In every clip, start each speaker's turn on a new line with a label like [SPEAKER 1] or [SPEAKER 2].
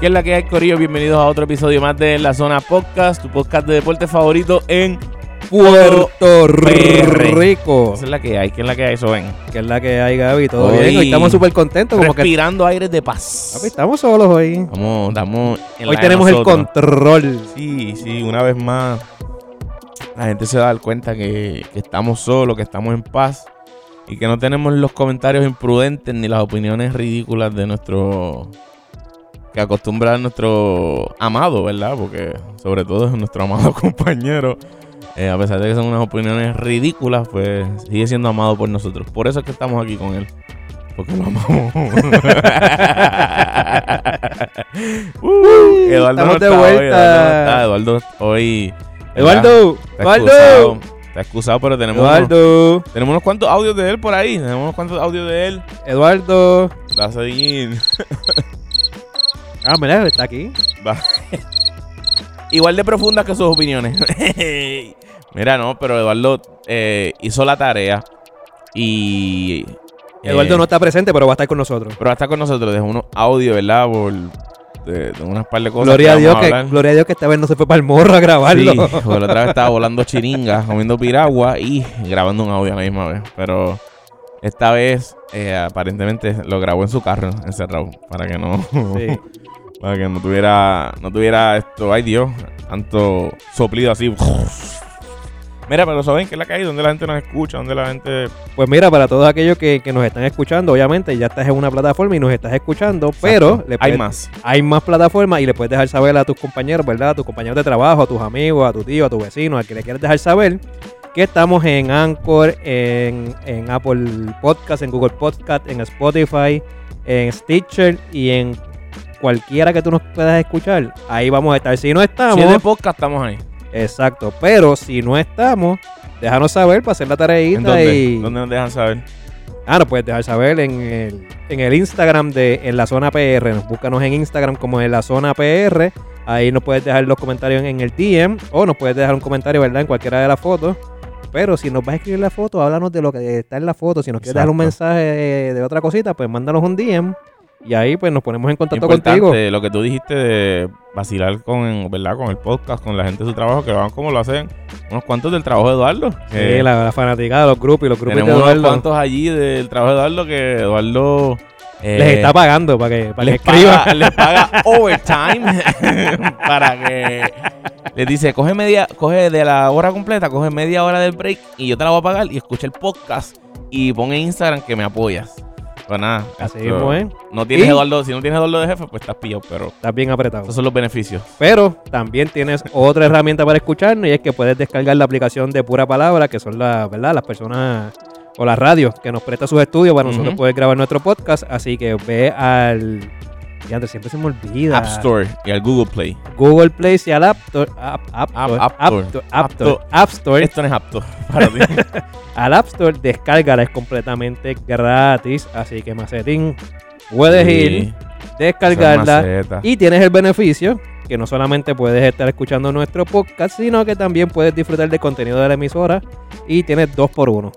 [SPEAKER 1] ¿Qué es la que hay, Corillo? Bienvenidos a otro episodio más de La Zona Podcast, tu podcast de deporte favorito en
[SPEAKER 2] Puerto
[SPEAKER 1] PR.
[SPEAKER 2] Rico.
[SPEAKER 1] Esa es la que hay, ¿qué es la que hay? Eso ven.
[SPEAKER 2] Que es la que hay, Gaby. Todo
[SPEAKER 1] Hoy-
[SPEAKER 2] bien. Hoy estamos súper contentos. Como que
[SPEAKER 1] Respirando aires de paz.
[SPEAKER 2] Papi, estamos solos hoy.
[SPEAKER 1] Estamos, estamos en
[SPEAKER 2] Hoy
[SPEAKER 1] la de
[SPEAKER 2] tenemos el
[SPEAKER 1] nosotros.
[SPEAKER 2] control.
[SPEAKER 1] Sí, sí, una vez más la gente se va a dar cuenta que, que estamos solos, que estamos en paz y que no tenemos los comentarios imprudentes ni las opiniones ridículas de nuestro... que acostumbra nuestro amado, ¿verdad? Porque sobre todo es nuestro amado compañero. Eh, a pesar de que son unas opiniones ridículas, pues sigue siendo amado por nosotros. Por eso es que estamos aquí con él. Porque lo amamos. Uh, Eduardo
[SPEAKER 2] estamos
[SPEAKER 1] no
[SPEAKER 2] de
[SPEAKER 1] está hoy,
[SPEAKER 2] vuelta.
[SPEAKER 1] Eduardo no está. Eduardo hoy.
[SPEAKER 2] Eduardo.
[SPEAKER 1] ¿verdad? Está
[SPEAKER 2] Eduardo.
[SPEAKER 1] excusado. Está excusado, pero tenemos. Unos,
[SPEAKER 2] Eduardo.
[SPEAKER 1] tenemos unos cuantos audios de él por ahí. Tenemos unos cuantos audios de él.
[SPEAKER 2] Eduardo.
[SPEAKER 1] Va a seguir.
[SPEAKER 2] Ah, mira, está aquí.
[SPEAKER 1] Va- Igual de profundas que sus opiniones. Mira, no, pero Eduardo eh, hizo la tarea y.
[SPEAKER 2] Eduardo
[SPEAKER 1] eh,
[SPEAKER 2] no está presente, pero va a estar con nosotros.
[SPEAKER 1] Pero va a estar con nosotros, dejó unos audios, ¿verdad? Por, de, de unas par de cosas.
[SPEAKER 2] Gloria a
[SPEAKER 1] que
[SPEAKER 2] Dios
[SPEAKER 1] vamos
[SPEAKER 2] que,
[SPEAKER 1] hablar.
[SPEAKER 2] gloria a Dios que esta vez no se fue para el morro a grabarlo.
[SPEAKER 1] Sí, porque la otra vez estaba volando chiringas, comiendo piragua y grabando un audio a la misma vez. Pero esta vez, eh, aparentemente, lo grabó en su carro, encerrado, para que no,
[SPEAKER 2] Sí.
[SPEAKER 1] para que no tuviera, no tuviera esto, ay Dios, tanto soplido así. Mira, pero saben que es la calle donde la gente nos escucha, donde la gente
[SPEAKER 2] Pues mira, para todos aquellos que, que nos están escuchando, obviamente ya estás en una plataforma y nos estás escuchando, pero le
[SPEAKER 1] hay
[SPEAKER 2] puedes-
[SPEAKER 1] más.
[SPEAKER 2] hay más plataformas y le puedes dejar saber a tus compañeros, ¿verdad? A tus compañeros de trabajo, a tus amigos, a tu tío, a tu vecino, al que le quieres dejar saber que estamos en Anchor, en, en Apple Podcast, en Google Podcast, en Spotify, en Stitcher y en cualquiera que tú nos puedas escuchar. Ahí vamos a estar. Si no
[SPEAKER 1] Si es de
[SPEAKER 2] estamos,
[SPEAKER 1] podcast estamos ahí.
[SPEAKER 2] exacto, pero si no estamos, déjanos saber para hacer la tareita
[SPEAKER 1] ¿En dónde?
[SPEAKER 2] y...
[SPEAKER 1] ¿Dónde nos dejan saber?
[SPEAKER 2] Ah, nos puedes dejar saber en el, en el Instagram de En la Zona PR. Nos búscanos en Instagram como En la Zona PR. Ahí nos puedes dejar los comentarios en el DM o nos puedes dejar un comentario, ¿verdad? En cualquiera de las fotos. Pero si nos vas a escribir la foto, háblanos de lo que está en la foto. Si nos quieres dejar un
[SPEAKER 1] Exacto.
[SPEAKER 2] mensaje de otra cosita, pues mándanos un DM y ahí pues nos ponemos en contacto
[SPEAKER 1] importante eh,
[SPEAKER 2] contigo.
[SPEAKER 1] lo que tú dijiste de vacilar con, ¿verdad? con el podcast, con la gente de su trabajo, que van como lo hacen unos cuantos del trabajo de Eduardo. que
[SPEAKER 2] Sí, la, la fanaticada, los grupos y los grupos de
[SPEAKER 1] tenemos
[SPEAKER 2] Eduardo
[SPEAKER 1] unos cuantos allí del trabajo de Eduardo que Eduardo eh,
[SPEAKER 2] les está pagando para que, para que
[SPEAKER 1] les
[SPEAKER 2] escriban.
[SPEAKER 1] paga, les paga overtime para que les dice, coge media, coge de la hora completa, coge media hora del break y yo te la voy a pagar y escucha el podcast y pon en Instagram que me apoyas. Pues nada,
[SPEAKER 2] Así
[SPEAKER 1] esto-
[SPEAKER 2] mismo, ¿eh?
[SPEAKER 1] no tienes
[SPEAKER 2] Y-
[SPEAKER 1] Eduardo, si no tienes Eduardo de jefe, pues estás pillado, pero
[SPEAKER 2] Estás bien apretado.
[SPEAKER 1] esos son los beneficios.
[SPEAKER 2] Pero también tienes otra herramienta para escucharnos y es que puedes descargar la aplicación de Pura Palabra, que son la, ¿verdad? las personas o las radios que nos presta sus estudios para nosotros
[SPEAKER 1] Ujú.
[SPEAKER 2] poder grabar nuestro podcast. Así que ve al... Diantre, siempre se me olvida.
[SPEAKER 1] App Store y al Google Play.
[SPEAKER 2] Google Play y al App Store. App, App
[SPEAKER 1] App-
[SPEAKER 2] Store,
[SPEAKER 1] App
[SPEAKER 2] App
[SPEAKER 1] Store.
[SPEAKER 2] Store, App
[SPEAKER 1] App
[SPEAKER 2] Store,
[SPEAKER 1] Store.
[SPEAKER 2] App Store.
[SPEAKER 1] Esto no es apto para ti.
[SPEAKER 2] Al App Store, descárgala, es completamente gratis. Así que, Macetín, puedes ir, descargarla.
[SPEAKER 1] Y
[SPEAKER 2] Y tienes el beneficio que no solamente puedes estar escuchando nuestro podcast, sino que también puedes disfrutar del contenido de la emisora y tienes dos por uno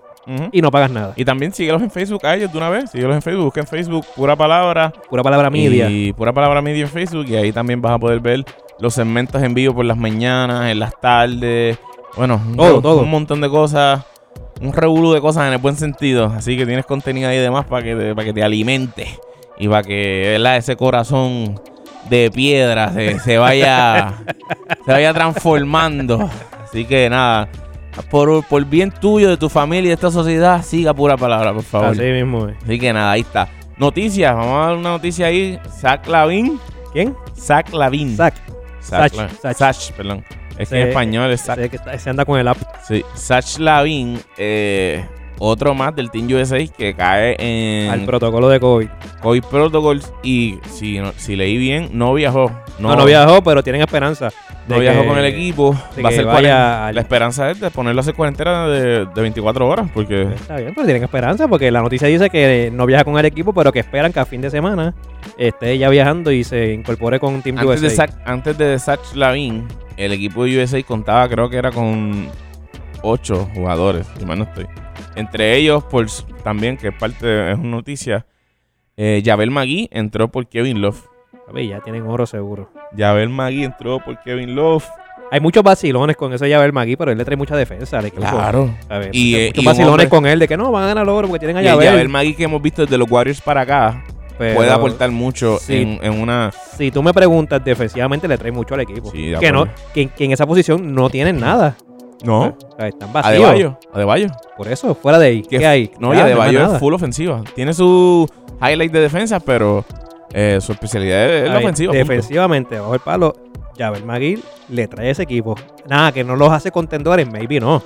[SPEAKER 2] y no pagas nada.
[SPEAKER 1] y también síguelos en Facebook a ellos de una vez. Síguelos en Facebook. Busca en Facebook Pura Palabra.
[SPEAKER 2] Pura palabra media.
[SPEAKER 1] Y Pura Palabra Media en Facebook. Y ahí también vas a poder ver los segmentos en vivo por las mañanas, en las tardes. Bueno, un
[SPEAKER 2] Todo,
[SPEAKER 1] re-
[SPEAKER 2] todo.
[SPEAKER 1] un montón de cosas. Un revolú de cosas en el buen sentido. Así que tienes contenido ahí de más para que te, para que te alimente. Y para que ¿verdad? ese corazón de piedra se, se vaya se vaya transformando. Así que nada, por, por bien tuyo, de tu familia y de esta sociedad, siga pura palabra, por favor.
[SPEAKER 2] Así
[SPEAKER 1] Así,
[SPEAKER 2] mismo. eh.
[SPEAKER 1] que nada, ahí está. Noticias, vamos a dar una noticia ahí. Zach Lavin.
[SPEAKER 2] ¿Quién?
[SPEAKER 1] Zach Lavin.
[SPEAKER 2] Zach.
[SPEAKER 1] Zach,
[SPEAKER 2] Sach,
[SPEAKER 1] La-
[SPEAKER 2] Sach.
[SPEAKER 1] Sach, perdón. Es que en
[SPEAKER 2] Sí.
[SPEAKER 1] español es Zach.
[SPEAKER 2] Sé que está- se anda con el app.
[SPEAKER 1] Sí. Zach Lavin, eh, otro más del Team USA que cae en
[SPEAKER 2] Al protocolo de COVID.
[SPEAKER 1] COVID Protocols. Y si, no- si leí bien, no viajó.
[SPEAKER 2] No, no, viajó, pero tienen esperanza.
[SPEAKER 1] no
[SPEAKER 2] de
[SPEAKER 1] viajó
[SPEAKER 2] que-
[SPEAKER 1] con el equipo.
[SPEAKER 2] de
[SPEAKER 1] Va a
[SPEAKER 2] que
[SPEAKER 1] ser
[SPEAKER 2] vaya
[SPEAKER 1] cuaren-
[SPEAKER 2] al-
[SPEAKER 1] La esperanza es de ponerlo a hacer cuarentena de, de 24 horas, porque
[SPEAKER 2] Está bien, pero tienen esperanza porque la noticia dice que no viaja con el equipo, pero que esperan que a fin de semana esté ya viajando y se incorpore con Team
[SPEAKER 1] antes de,
[SPEAKER 2] USA.
[SPEAKER 1] Zach, antes de Zach Lavin, el equipo de USA contaba, creo que era con 8 jugadores, si mal no estoy. Entre ellos, por, s- también, que es parte de es una noticia, eh, Yabel Magui entró por Kevin Love.
[SPEAKER 2] Papi, ya tienen oro seguro.
[SPEAKER 1] Yabel Magui entró por Kevin Love.
[SPEAKER 2] Hay muchos vacilones con eso ya ver Magui, pero él le trae mucha defensa al equipo.
[SPEAKER 1] Claro.
[SPEAKER 2] A ver,
[SPEAKER 1] Y, eh,
[SPEAKER 2] muchos
[SPEAKER 1] y un
[SPEAKER 2] vacilones
[SPEAKER 1] hombre-
[SPEAKER 2] con él de que no, van a ganar el oro porque tienen a
[SPEAKER 1] Y el Yabel
[SPEAKER 2] Yabel.
[SPEAKER 1] Magui que hemos visto desde los Warriors para acá
[SPEAKER 2] Pero
[SPEAKER 1] puede aportar mucho
[SPEAKER 2] Sí.
[SPEAKER 1] en, en una...
[SPEAKER 2] Si tú me preguntas, defensivamente le trae mucho al equipo.
[SPEAKER 1] Sí, de
[SPEAKER 2] que, no,
[SPEAKER 1] acuerdo.
[SPEAKER 2] que, que en esa posición no tienen nada.
[SPEAKER 1] No,
[SPEAKER 2] O sea, están vacíos.
[SPEAKER 1] Eh, Adebayo. Adebayo.
[SPEAKER 2] Por eso, fuera de ahí.
[SPEAKER 1] Que-
[SPEAKER 2] ¿Qué, hay?
[SPEAKER 1] No, y
[SPEAKER 2] Ya, hay
[SPEAKER 1] Adebayo
[SPEAKER 2] más nada.
[SPEAKER 1] es full ofensiva. Tiene su highlight de defensa, pero eh, su especialidad es la
[SPEAKER 2] A ver,
[SPEAKER 1] ofensiva. punto.
[SPEAKER 2] Defensivamente, bajo el palo, Yabel Magui le trae ese equipo. Nada, que no los hace contendores, maybe no.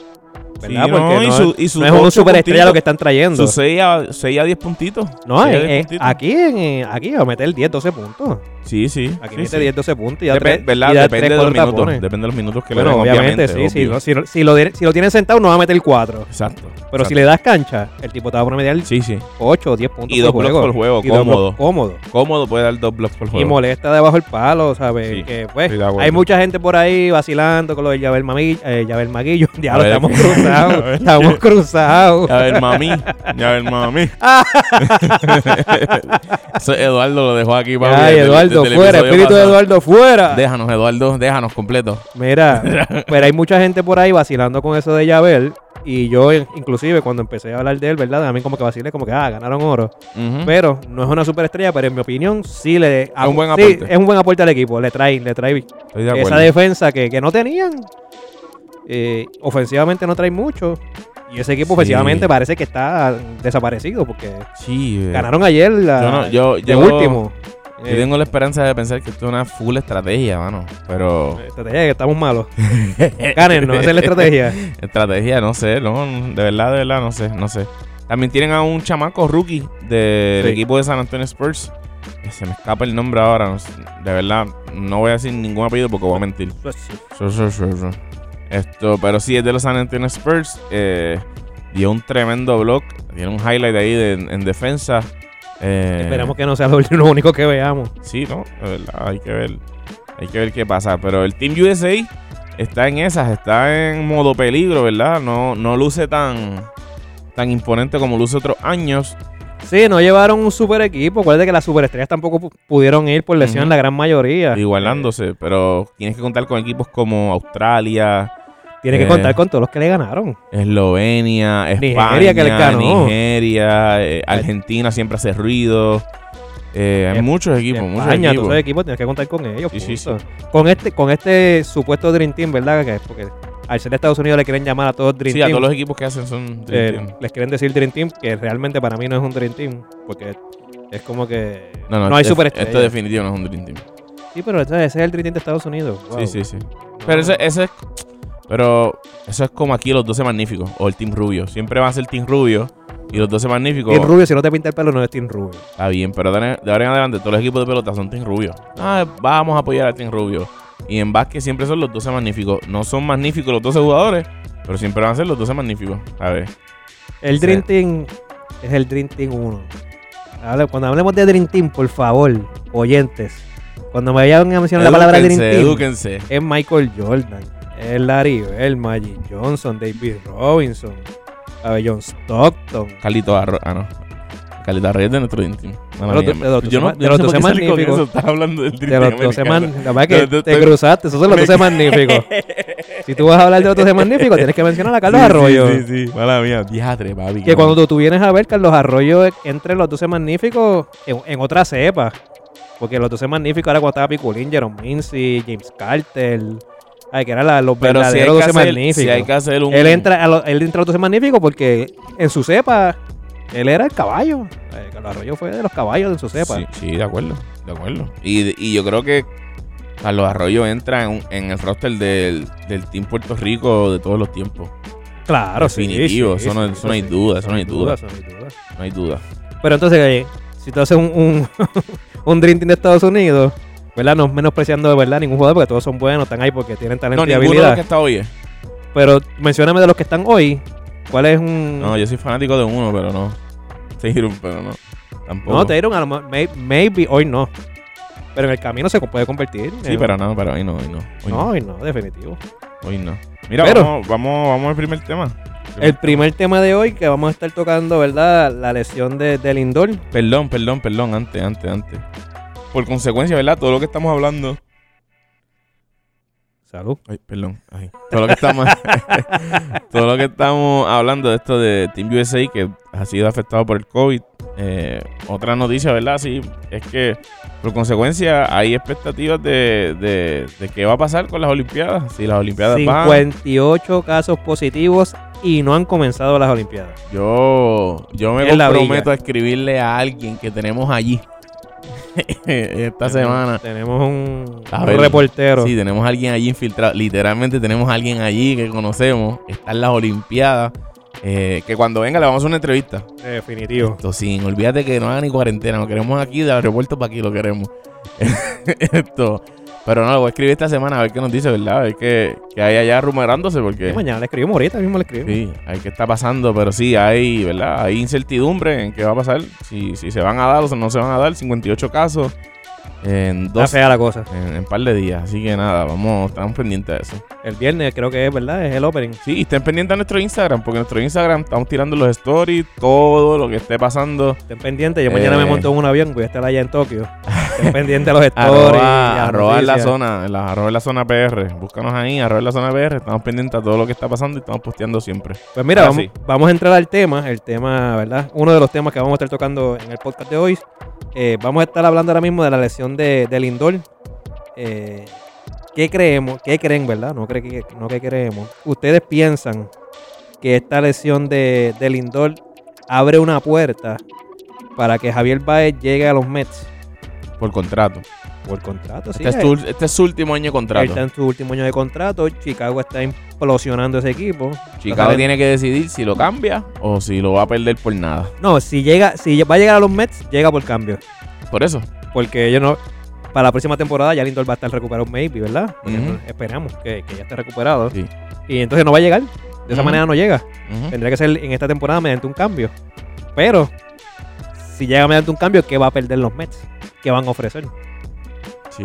[SPEAKER 1] Sí,
[SPEAKER 2] ¿Verdad?
[SPEAKER 1] no,
[SPEAKER 2] Porque
[SPEAKER 1] y
[SPEAKER 2] no,
[SPEAKER 1] su- y sus
[SPEAKER 2] no es un
[SPEAKER 1] ocho
[SPEAKER 2] superestrella
[SPEAKER 1] puntitos.
[SPEAKER 2] lo que están trayendo.
[SPEAKER 1] Sus 6 a, 6 a 10 puntitos.
[SPEAKER 2] No,
[SPEAKER 1] Seis a
[SPEAKER 2] eh,
[SPEAKER 1] diez
[SPEAKER 2] eh,
[SPEAKER 1] puntitos.
[SPEAKER 2] aquí, en, eh, aquí va a meter 10, 12 puntos.
[SPEAKER 1] Sí, sí.
[SPEAKER 2] Aquí
[SPEAKER 1] sí,
[SPEAKER 2] mete
[SPEAKER 1] sí.
[SPEAKER 2] 10, 12 puntos y ya
[SPEAKER 1] Depe-
[SPEAKER 2] tres-
[SPEAKER 1] ¿verdad?
[SPEAKER 2] y ya
[SPEAKER 1] Depende de
[SPEAKER 2] tres,
[SPEAKER 1] los
[SPEAKER 2] cuatro
[SPEAKER 1] minutos.
[SPEAKER 2] tapones.
[SPEAKER 1] Depende de los minutos que le
[SPEAKER 2] Bueno,
[SPEAKER 1] den,
[SPEAKER 2] obviamente, sí, sí.
[SPEAKER 1] obvio.
[SPEAKER 2] no, si, lo- si lo, de- si lo tienen sentado, no va a meter 4.
[SPEAKER 1] Exacto.
[SPEAKER 2] Pero
[SPEAKER 1] exacto.
[SPEAKER 2] si le das cancha, el tipo te va a promediar
[SPEAKER 1] Sí, sí.
[SPEAKER 2] 8 o 10 puntos
[SPEAKER 1] Y dos blocks por juego,
[SPEAKER 2] Y dos
[SPEAKER 1] cómodo.
[SPEAKER 2] blocks cómodo.
[SPEAKER 1] Cómodo puede dar dos blocks por
[SPEAKER 2] Y
[SPEAKER 1] juego.
[SPEAKER 2] molesta debajo del palo, ¿sabes?
[SPEAKER 1] Sí,
[SPEAKER 2] que, pues,
[SPEAKER 1] estoy de acuerdo.
[SPEAKER 2] hay mucha gente por ahí vacilando con lo del Yabel, Mami- eh, Yabel Maguillo. Diablo,
[SPEAKER 1] ver.
[SPEAKER 2] estamos
[SPEAKER 1] A
[SPEAKER 2] cruzados.
[SPEAKER 1] ver,
[SPEAKER 2] estamos
[SPEAKER 1] ¿qué?
[SPEAKER 2] cruzados.
[SPEAKER 1] Ya ver, mami. Ya ver, mami.
[SPEAKER 2] Ah.
[SPEAKER 1] Eso Eduardo lo dejó aquí, papi.
[SPEAKER 2] Ay,
[SPEAKER 1] desde el-
[SPEAKER 2] Eduardo,
[SPEAKER 1] desde el
[SPEAKER 2] fuera.
[SPEAKER 1] episodio
[SPEAKER 2] Espíritu de
[SPEAKER 1] pasado.
[SPEAKER 2] Eduardo, fuera.
[SPEAKER 1] Déjanos, Eduardo. Déjanos completo.
[SPEAKER 2] Mira, pero hay mucha gente por ahí vacilando con eso de Yabel. Y yo, in- inclusive, cuando empecé a hablar de él, ¿verdad? A mí como que vacilé, como que, ah, ganaron oro.
[SPEAKER 1] Ujú.
[SPEAKER 2] Pero no es una superestrella, pero en mi opinión, sí le... Es
[SPEAKER 1] un buen
[SPEAKER 2] sí,
[SPEAKER 1] aporte.
[SPEAKER 2] es un buen aporte al equipo. Le trae, le trae
[SPEAKER 1] Estoy de acuerdo.
[SPEAKER 2] esa defensa que, que no tenían. Eh, ofensivamente no trae mucho. Y ese equipo
[SPEAKER 1] Sí.
[SPEAKER 2] ofensivamente parece que está desaparecido porque
[SPEAKER 1] Sí, eh.
[SPEAKER 2] ganaron ayer la,
[SPEAKER 1] Yo no- yo-
[SPEAKER 2] de
[SPEAKER 1] yo-
[SPEAKER 2] último.
[SPEAKER 1] Yo tengo la esperanza de pensar que esto es una full estrategia, mano. Pero.
[SPEAKER 2] Eh, estrategia que estamos malos. Ganen, no, esa es la estrategia.
[SPEAKER 1] Estrategia, no sé, no, de verdad, de verdad, no sé, no sé. También tienen a un chamaco rookie del
[SPEAKER 2] Sí.
[SPEAKER 1] equipo de San Antonio Spurs. Que se me escapa el nombre ahora, no sé, de verdad, no voy a decir ningún apellido porque voy a mentir. Su, su, su, su. Esto, pero sí, es de los San Antonio Spurs. eh, dio un tremendo block. Tiene un highlight ahí de- en defensa. eh,
[SPEAKER 2] Esperamos que no sea lo, lo único que veamos.
[SPEAKER 1] Sí, ¿no? De verdad, hay que ver. Hay que ver qué pasa. Pero el Team USA está en esas, está en modo peligro, ¿verdad? No, no luce tan, tan imponente como luce otros años.
[SPEAKER 2] Sí, no llevaron un super equipo. Acuérdate que las superestrellas tampoco pu- pudieron ir por lesión
[SPEAKER 1] Ujú.
[SPEAKER 2] la gran mayoría.
[SPEAKER 1] Igualándose. Pero tienes que contar con equipos como Australia,
[SPEAKER 2] Tiene que
[SPEAKER 1] Eh.
[SPEAKER 2] contar con todos los que le ganaron.
[SPEAKER 1] Eslovenia, España,
[SPEAKER 2] Nigeria, que les ganó.
[SPEAKER 1] Nigeria, eh, Argentina siempre hace ruido. Eh, hay
[SPEAKER 2] Es-
[SPEAKER 1] muchos equipos, muchos
[SPEAKER 2] Em, España,
[SPEAKER 1] equipos.
[SPEAKER 2] todos esos equipos tienes que contar con ellos.
[SPEAKER 1] Sí, sí,
[SPEAKER 2] punto. Con este, con este supuesto Dream Team, ¿verdad? Que- Porque al ser de Estados Unidos le quieren llamar a todos Dream
[SPEAKER 1] Sí, a
[SPEAKER 2] Team.
[SPEAKER 1] todos los equipos que hacen son...
[SPEAKER 2] Eh,
[SPEAKER 1] Dream Team.
[SPEAKER 2] Les quieren decir Dream Team, que realmente para mí no es un Dream Team. Porque es como que
[SPEAKER 1] No, no,
[SPEAKER 2] hay
[SPEAKER 1] este-
[SPEAKER 2] superestrellas.
[SPEAKER 1] Esto definitivo no es un Dream Team.
[SPEAKER 2] sí, pero ese ese es el Dream Team de Estados Unidos. Wow.
[SPEAKER 1] Sí, sí, sí. Pero ese, ese es. Pero eso es como aquí los 12 magníficos o el Team Rubio. Siempre va a ser Team Rubio y los 12 magníficos.
[SPEAKER 2] Team Rubio, si no te pinta el pelo, no es Team Rubio.
[SPEAKER 1] Está bien, pero de de ahora en adelante todos los equipos de pelota son Team Rubio. Ah, vamos a apoyar al Team Rubio. Y en básquet siempre son los 12 magníficos. No son magníficos los 12 jugadores, pero siempre van a ser los 12 magníficos. A ver.
[SPEAKER 2] El
[SPEAKER 1] Sí.
[SPEAKER 2] Dream Team es el Dream Team 1. Hable- Cuando hablemos de Dream Team, por favor, oyentes, cuando me vayan a mencionar la palabra Dream
[SPEAKER 1] Edúquense,
[SPEAKER 2] Team,
[SPEAKER 1] edúquense.
[SPEAKER 2] es Michael Jordan, es Larry Bell, Magic Johnson, David Robinson, a ver, John Stockton.
[SPEAKER 1] Carlito Arroyo. Ah, no. Carlito Arroyo es de nuestro Dream Team. Mala
[SPEAKER 2] los do-
[SPEAKER 1] mía.
[SPEAKER 2] de los
[SPEAKER 1] Yo no,
[SPEAKER 2] doce
[SPEAKER 1] yo no sé
[SPEAKER 2] ma- de los
[SPEAKER 1] por qué salí
[SPEAKER 2] doce
[SPEAKER 1] con
[SPEAKER 2] magníficos.
[SPEAKER 1] eso. Estás hablando del Dream
[SPEAKER 2] De los
[SPEAKER 1] Team
[SPEAKER 2] 12
[SPEAKER 1] americano.
[SPEAKER 2] magníficos. La verdad es
[SPEAKER 1] Yo-
[SPEAKER 2] que
[SPEAKER 1] yo
[SPEAKER 2] te
[SPEAKER 1] estoy-
[SPEAKER 2] cruzaste, esos son los
[SPEAKER 1] me-
[SPEAKER 2] 12 magníficos. Si tú vas a hablar de los 12 magníficos, tienes que mencionar a Carlos Arroyo.
[SPEAKER 1] Sí, sí, sí. Mala mía. Diadre, papi.
[SPEAKER 2] Que cuando tú, tú vienes a ver, Carlos Arroyo es- entre los 12 magníficos en, en otra cepa. Porque los 12 magníficos era cuando estaba Piculín, Jerome Mincy, James Carter. Ay, que eran la- los
[SPEAKER 1] Pero si hay,
[SPEAKER 2] verdaderos
[SPEAKER 1] que
[SPEAKER 2] 12
[SPEAKER 1] hacer,
[SPEAKER 2] magníficos.
[SPEAKER 1] si hay que hacer un...
[SPEAKER 2] Él entra, a lo- él entra a los 12 magníficos porque en su cepa él era el caballo. Eh, Carlos Arroyo fue de los caballos en su cepa.
[SPEAKER 1] Sí, sí, de acuerdo. De acuerdo. Y, y yo creo que Carlos Arroyo entra en, un- en el roster del, del Team Puerto Rico de todos los tiempos.
[SPEAKER 2] Claro, sí,
[SPEAKER 1] Definitivo,
[SPEAKER 2] sí,
[SPEAKER 1] eso no-
[SPEAKER 2] sí,
[SPEAKER 1] eso no hay duda, eso no hay duda.
[SPEAKER 2] eso no hay duda.
[SPEAKER 1] No hay duda.
[SPEAKER 2] Pero entonces, eh, si tú haces un, un, un Dream Team de Estados Unidos, ¿verdad? No menospreciando de verdad ningún jugador, porque todos son buenos, están ahí porque tienen talento
[SPEAKER 1] No,
[SPEAKER 2] y
[SPEAKER 1] ninguno de los
[SPEAKER 2] habilidad.
[SPEAKER 1] que está hoy es.
[SPEAKER 2] Pero mencioname de los que están hoy, ¿cuál es un.
[SPEAKER 1] No, yo soy fanático de uno, pero no. Sí, pero no. Tampoco.
[SPEAKER 2] No, te dieron a lo mejor, may- maybe hoy no. Pero en el camino se puede convertir.
[SPEAKER 1] Sí,
[SPEAKER 2] en-
[SPEAKER 1] pero no, pero hoy no, hoy no. hoy
[SPEAKER 2] No,
[SPEAKER 1] no.
[SPEAKER 2] hoy no, definitivo.
[SPEAKER 1] Hoy no. Mira,
[SPEAKER 2] Pero-
[SPEAKER 1] vamos, vamos, vamos al primer tema.
[SPEAKER 2] El primer tema de hoy que vamos a estar tocando, ¿verdad? La lesión de, de Lindor.
[SPEAKER 1] Perdón, perdón, perdón, antes, antes, antes. Por consecuencia, ¿verdad? Todo lo que estamos hablando.
[SPEAKER 2] Salud.
[SPEAKER 1] Ay, perdón. ay. Todo lo que estamos. todo lo que estamos hablando de esto de Team USA que ha sido afectado por el COVID. Eh, otra noticia, ¿verdad? Sí, es que por consecuencia hay expectativas de, de, de qué va a pasar con las Olimpiadas. Si las Olimpiadas van.
[SPEAKER 2] 58 casos positivos y no han comenzado las Olimpiadas.
[SPEAKER 1] Yo, yo me
[SPEAKER 2] En la
[SPEAKER 1] comprometo
[SPEAKER 2] villa.
[SPEAKER 1] a escribirle a alguien que tenemos allí esta semana.
[SPEAKER 2] Tenemos un,
[SPEAKER 1] A
[SPEAKER 2] un
[SPEAKER 1] ver.
[SPEAKER 2] reportero.
[SPEAKER 1] Sí, tenemos a alguien allí infiltrado. Literalmente tenemos a alguien allí que conocemos. Está en las Olimpiadas. eh, que cuando venga le vamos a hacer una entrevista.
[SPEAKER 2] Definitivo.
[SPEAKER 1] Esto sin, olvídate que no haga ni cuarentena. Lo queremos aquí, del aeropuerto para aquí lo queremos. Esto. Pero no, lo voy a escribir esta semana a ver qué nos dice, ¿verdad? A ver qué, qué hay allá rumorándose
[SPEAKER 2] Sí,
[SPEAKER 1] porque...
[SPEAKER 2] mañana le escribimos, ahorita mismo le escribimos.
[SPEAKER 1] Sí, hay que está pasando, pero sí, hay, ¿verdad? Hay incertidumbre en qué va a pasar. Si, si se van a dar o no se van a dar. 58 casos en
[SPEAKER 2] Está
[SPEAKER 1] dos...
[SPEAKER 2] fea la cosa.
[SPEAKER 1] En un par de días, así que nada, vamos, estamos pendientes de eso.
[SPEAKER 2] El viernes creo que es, ¿verdad? Es el opening.
[SPEAKER 1] Sí, y estén pendientes a nuestro Instagram, porque en nuestro Instagram estamos tirando los stories, todo lo que esté pasando.
[SPEAKER 2] Estén pendientes. Yo mañana
[SPEAKER 1] Eh.
[SPEAKER 2] me monto en un avión. Voy a estar allá en Tokio. Estén pendientes a los stories.
[SPEAKER 1] Arroba,
[SPEAKER 2] a
[SPEAKER 1] arroba en la
[SPEAKER 2] noticias.
[SPEAKER 1] zona, en la, arroba en la zona PR. Búscanos ahí, arroba en la zona PR. Estamos pendientes a todo lo que está pasando y estamos posteando siempre.
[SPEAKER 2] Pues mira,
[SPEAKER 1] Ahora
[SPEAKER 2] vamos,
[SPEAKER 1] Ah, sí.
[SPEAKER 2] vamos a entrar al tema, el tema, ¿verdad? Uno de los temas que vamos a estar tocando en el podcast de hoy. Eh, vamos a estar hablando ahora mismo de la lesión de, de Lindor. Eh, ¿Qué creemos? ¿Qué creen, verdad? No, cree que, no que creemos. ¿Ustedes piensan que esta lesión de, de Lindor abre una puerta para que Javier Baez llegue a los Mets?
[SPEAKER 1] Por contrato.
[SPEAKER 2] Por contrato, sí.
[SPEAKER 1] Este, es
[SPEAKER 2] él-
[SPEAKER 1] tu, este es su último año de
[SPEAKER 2] él
[SPEAKER 1] contrato.
[SPEAKER 2] está en su último año de contrato. Chicago está implosionando ese equipo.
[SPEAKER 1] Chicago tiene que decidir si lo cambia o si lo va a perder por nada.
[SPEAKER 2] No, si llega, si va a llegar a los Mets, llega por cambio.
[SPEAKER 1] Por eso.
[SPEAKER 2] Porque ellos no. Para la próxima temporada ya Lindor va a estar recuperado, maybe, ¿verdad? Porque
[SPEAKER 1] Ujú.
[SPEAKER 2] no- Esperamos que, que ya esté recuperado.
[SPEAKER 1] Sí.
[SPEAKER 2] Y entonces no va a llegar. De esa
[SPEAKER 1] Ujú.
[SPEAKER 2] manera no llega.
[SPEAKER 1] Ujú.
[SPEAKER 2] Tendría que ser en esta temporada mediante un cambio. Pero, si llega mediante un cambio, ¿qué va a perder los Mets? ¿Qué van a ofrecer?
[SPEAKER 1] Sí.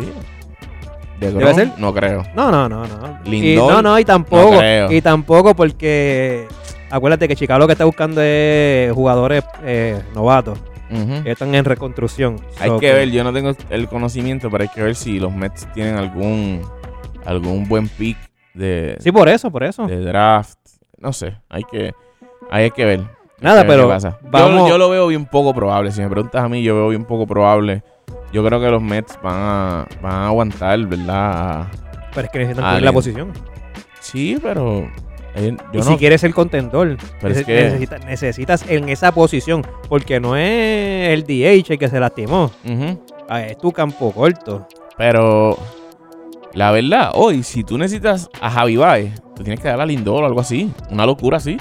[SPEAKER 1] ¿De
[SPEAKER 2] ¿Debe
[SPEAKER 1] Grom?
[SPEAKER 2] ser?
[SPEAKER 1] No creo.
[SPEAKER 2] No, no, no, no.
[SPEAKER 1] Lindor,
[SPEAKER 2] Y, no, no, y tampoco.
[SPEAKER 1] no creo.
[SPEAKER 2] y tampoco porque. Acuérdate que Chicago lo que está buscando es jugadores eh, novatos.
[SPEAKER 1] Ujú.
[SPEAKER 2] Ellos Están en reconstrucción.
[SPEAKER 1] Hay
[SPEAKER 2] So
[SPEAKER 1] que ver, yo no tengo el conocimiento, pero hay que ver si los Mets tienen algún algún buen pick de,
[SPEAKER 2] Sí, por eso, por eso.
[SPEAKER 1] de draft. No sé, hay que ahí hay que ver. Hay
[SPEAKER 2] Nada,
[SPEAKER 1] que ver
[SPEAKER 2] pero
[SPEAKER 1] qué pasa. Yo-
[SPEAKER 2] vamos-
[SPEAKER 1] Yo, lo veo bien poco probable. Si me preguntas a mí, yo veo bien poco probable. Yo creo que los Mets van a, van a aguantar, ¿verdad?
[SPEAKER 2] Pero es que necesitan
[SPEAKER 1] Ah,
[SPEAKER 2] cubrir la
[SPEAKER 1] bien.
[SPEAKER 2] posición.
[SPEAKER 1] Sí, pero eh, yo no.
[SPEAKER 2] y si quieres ser contendor,
[SPEAKER 1] Pero es
[SPEAKER 2] nece-
[SPEAKER 1] que-
[SPEAKER 2] necesita- necesitas en esa posición, porque no es el DH el que se lastimó,
[SPEAKER 1] Ujú.
[SPEAKER 2] ah, es tu campo corto.
[SPEAKER 1] Pero la verdad, hoy, si tú necesitas a Javi Baez, tú tienes que darle a Lindor o algo así. Una locura así.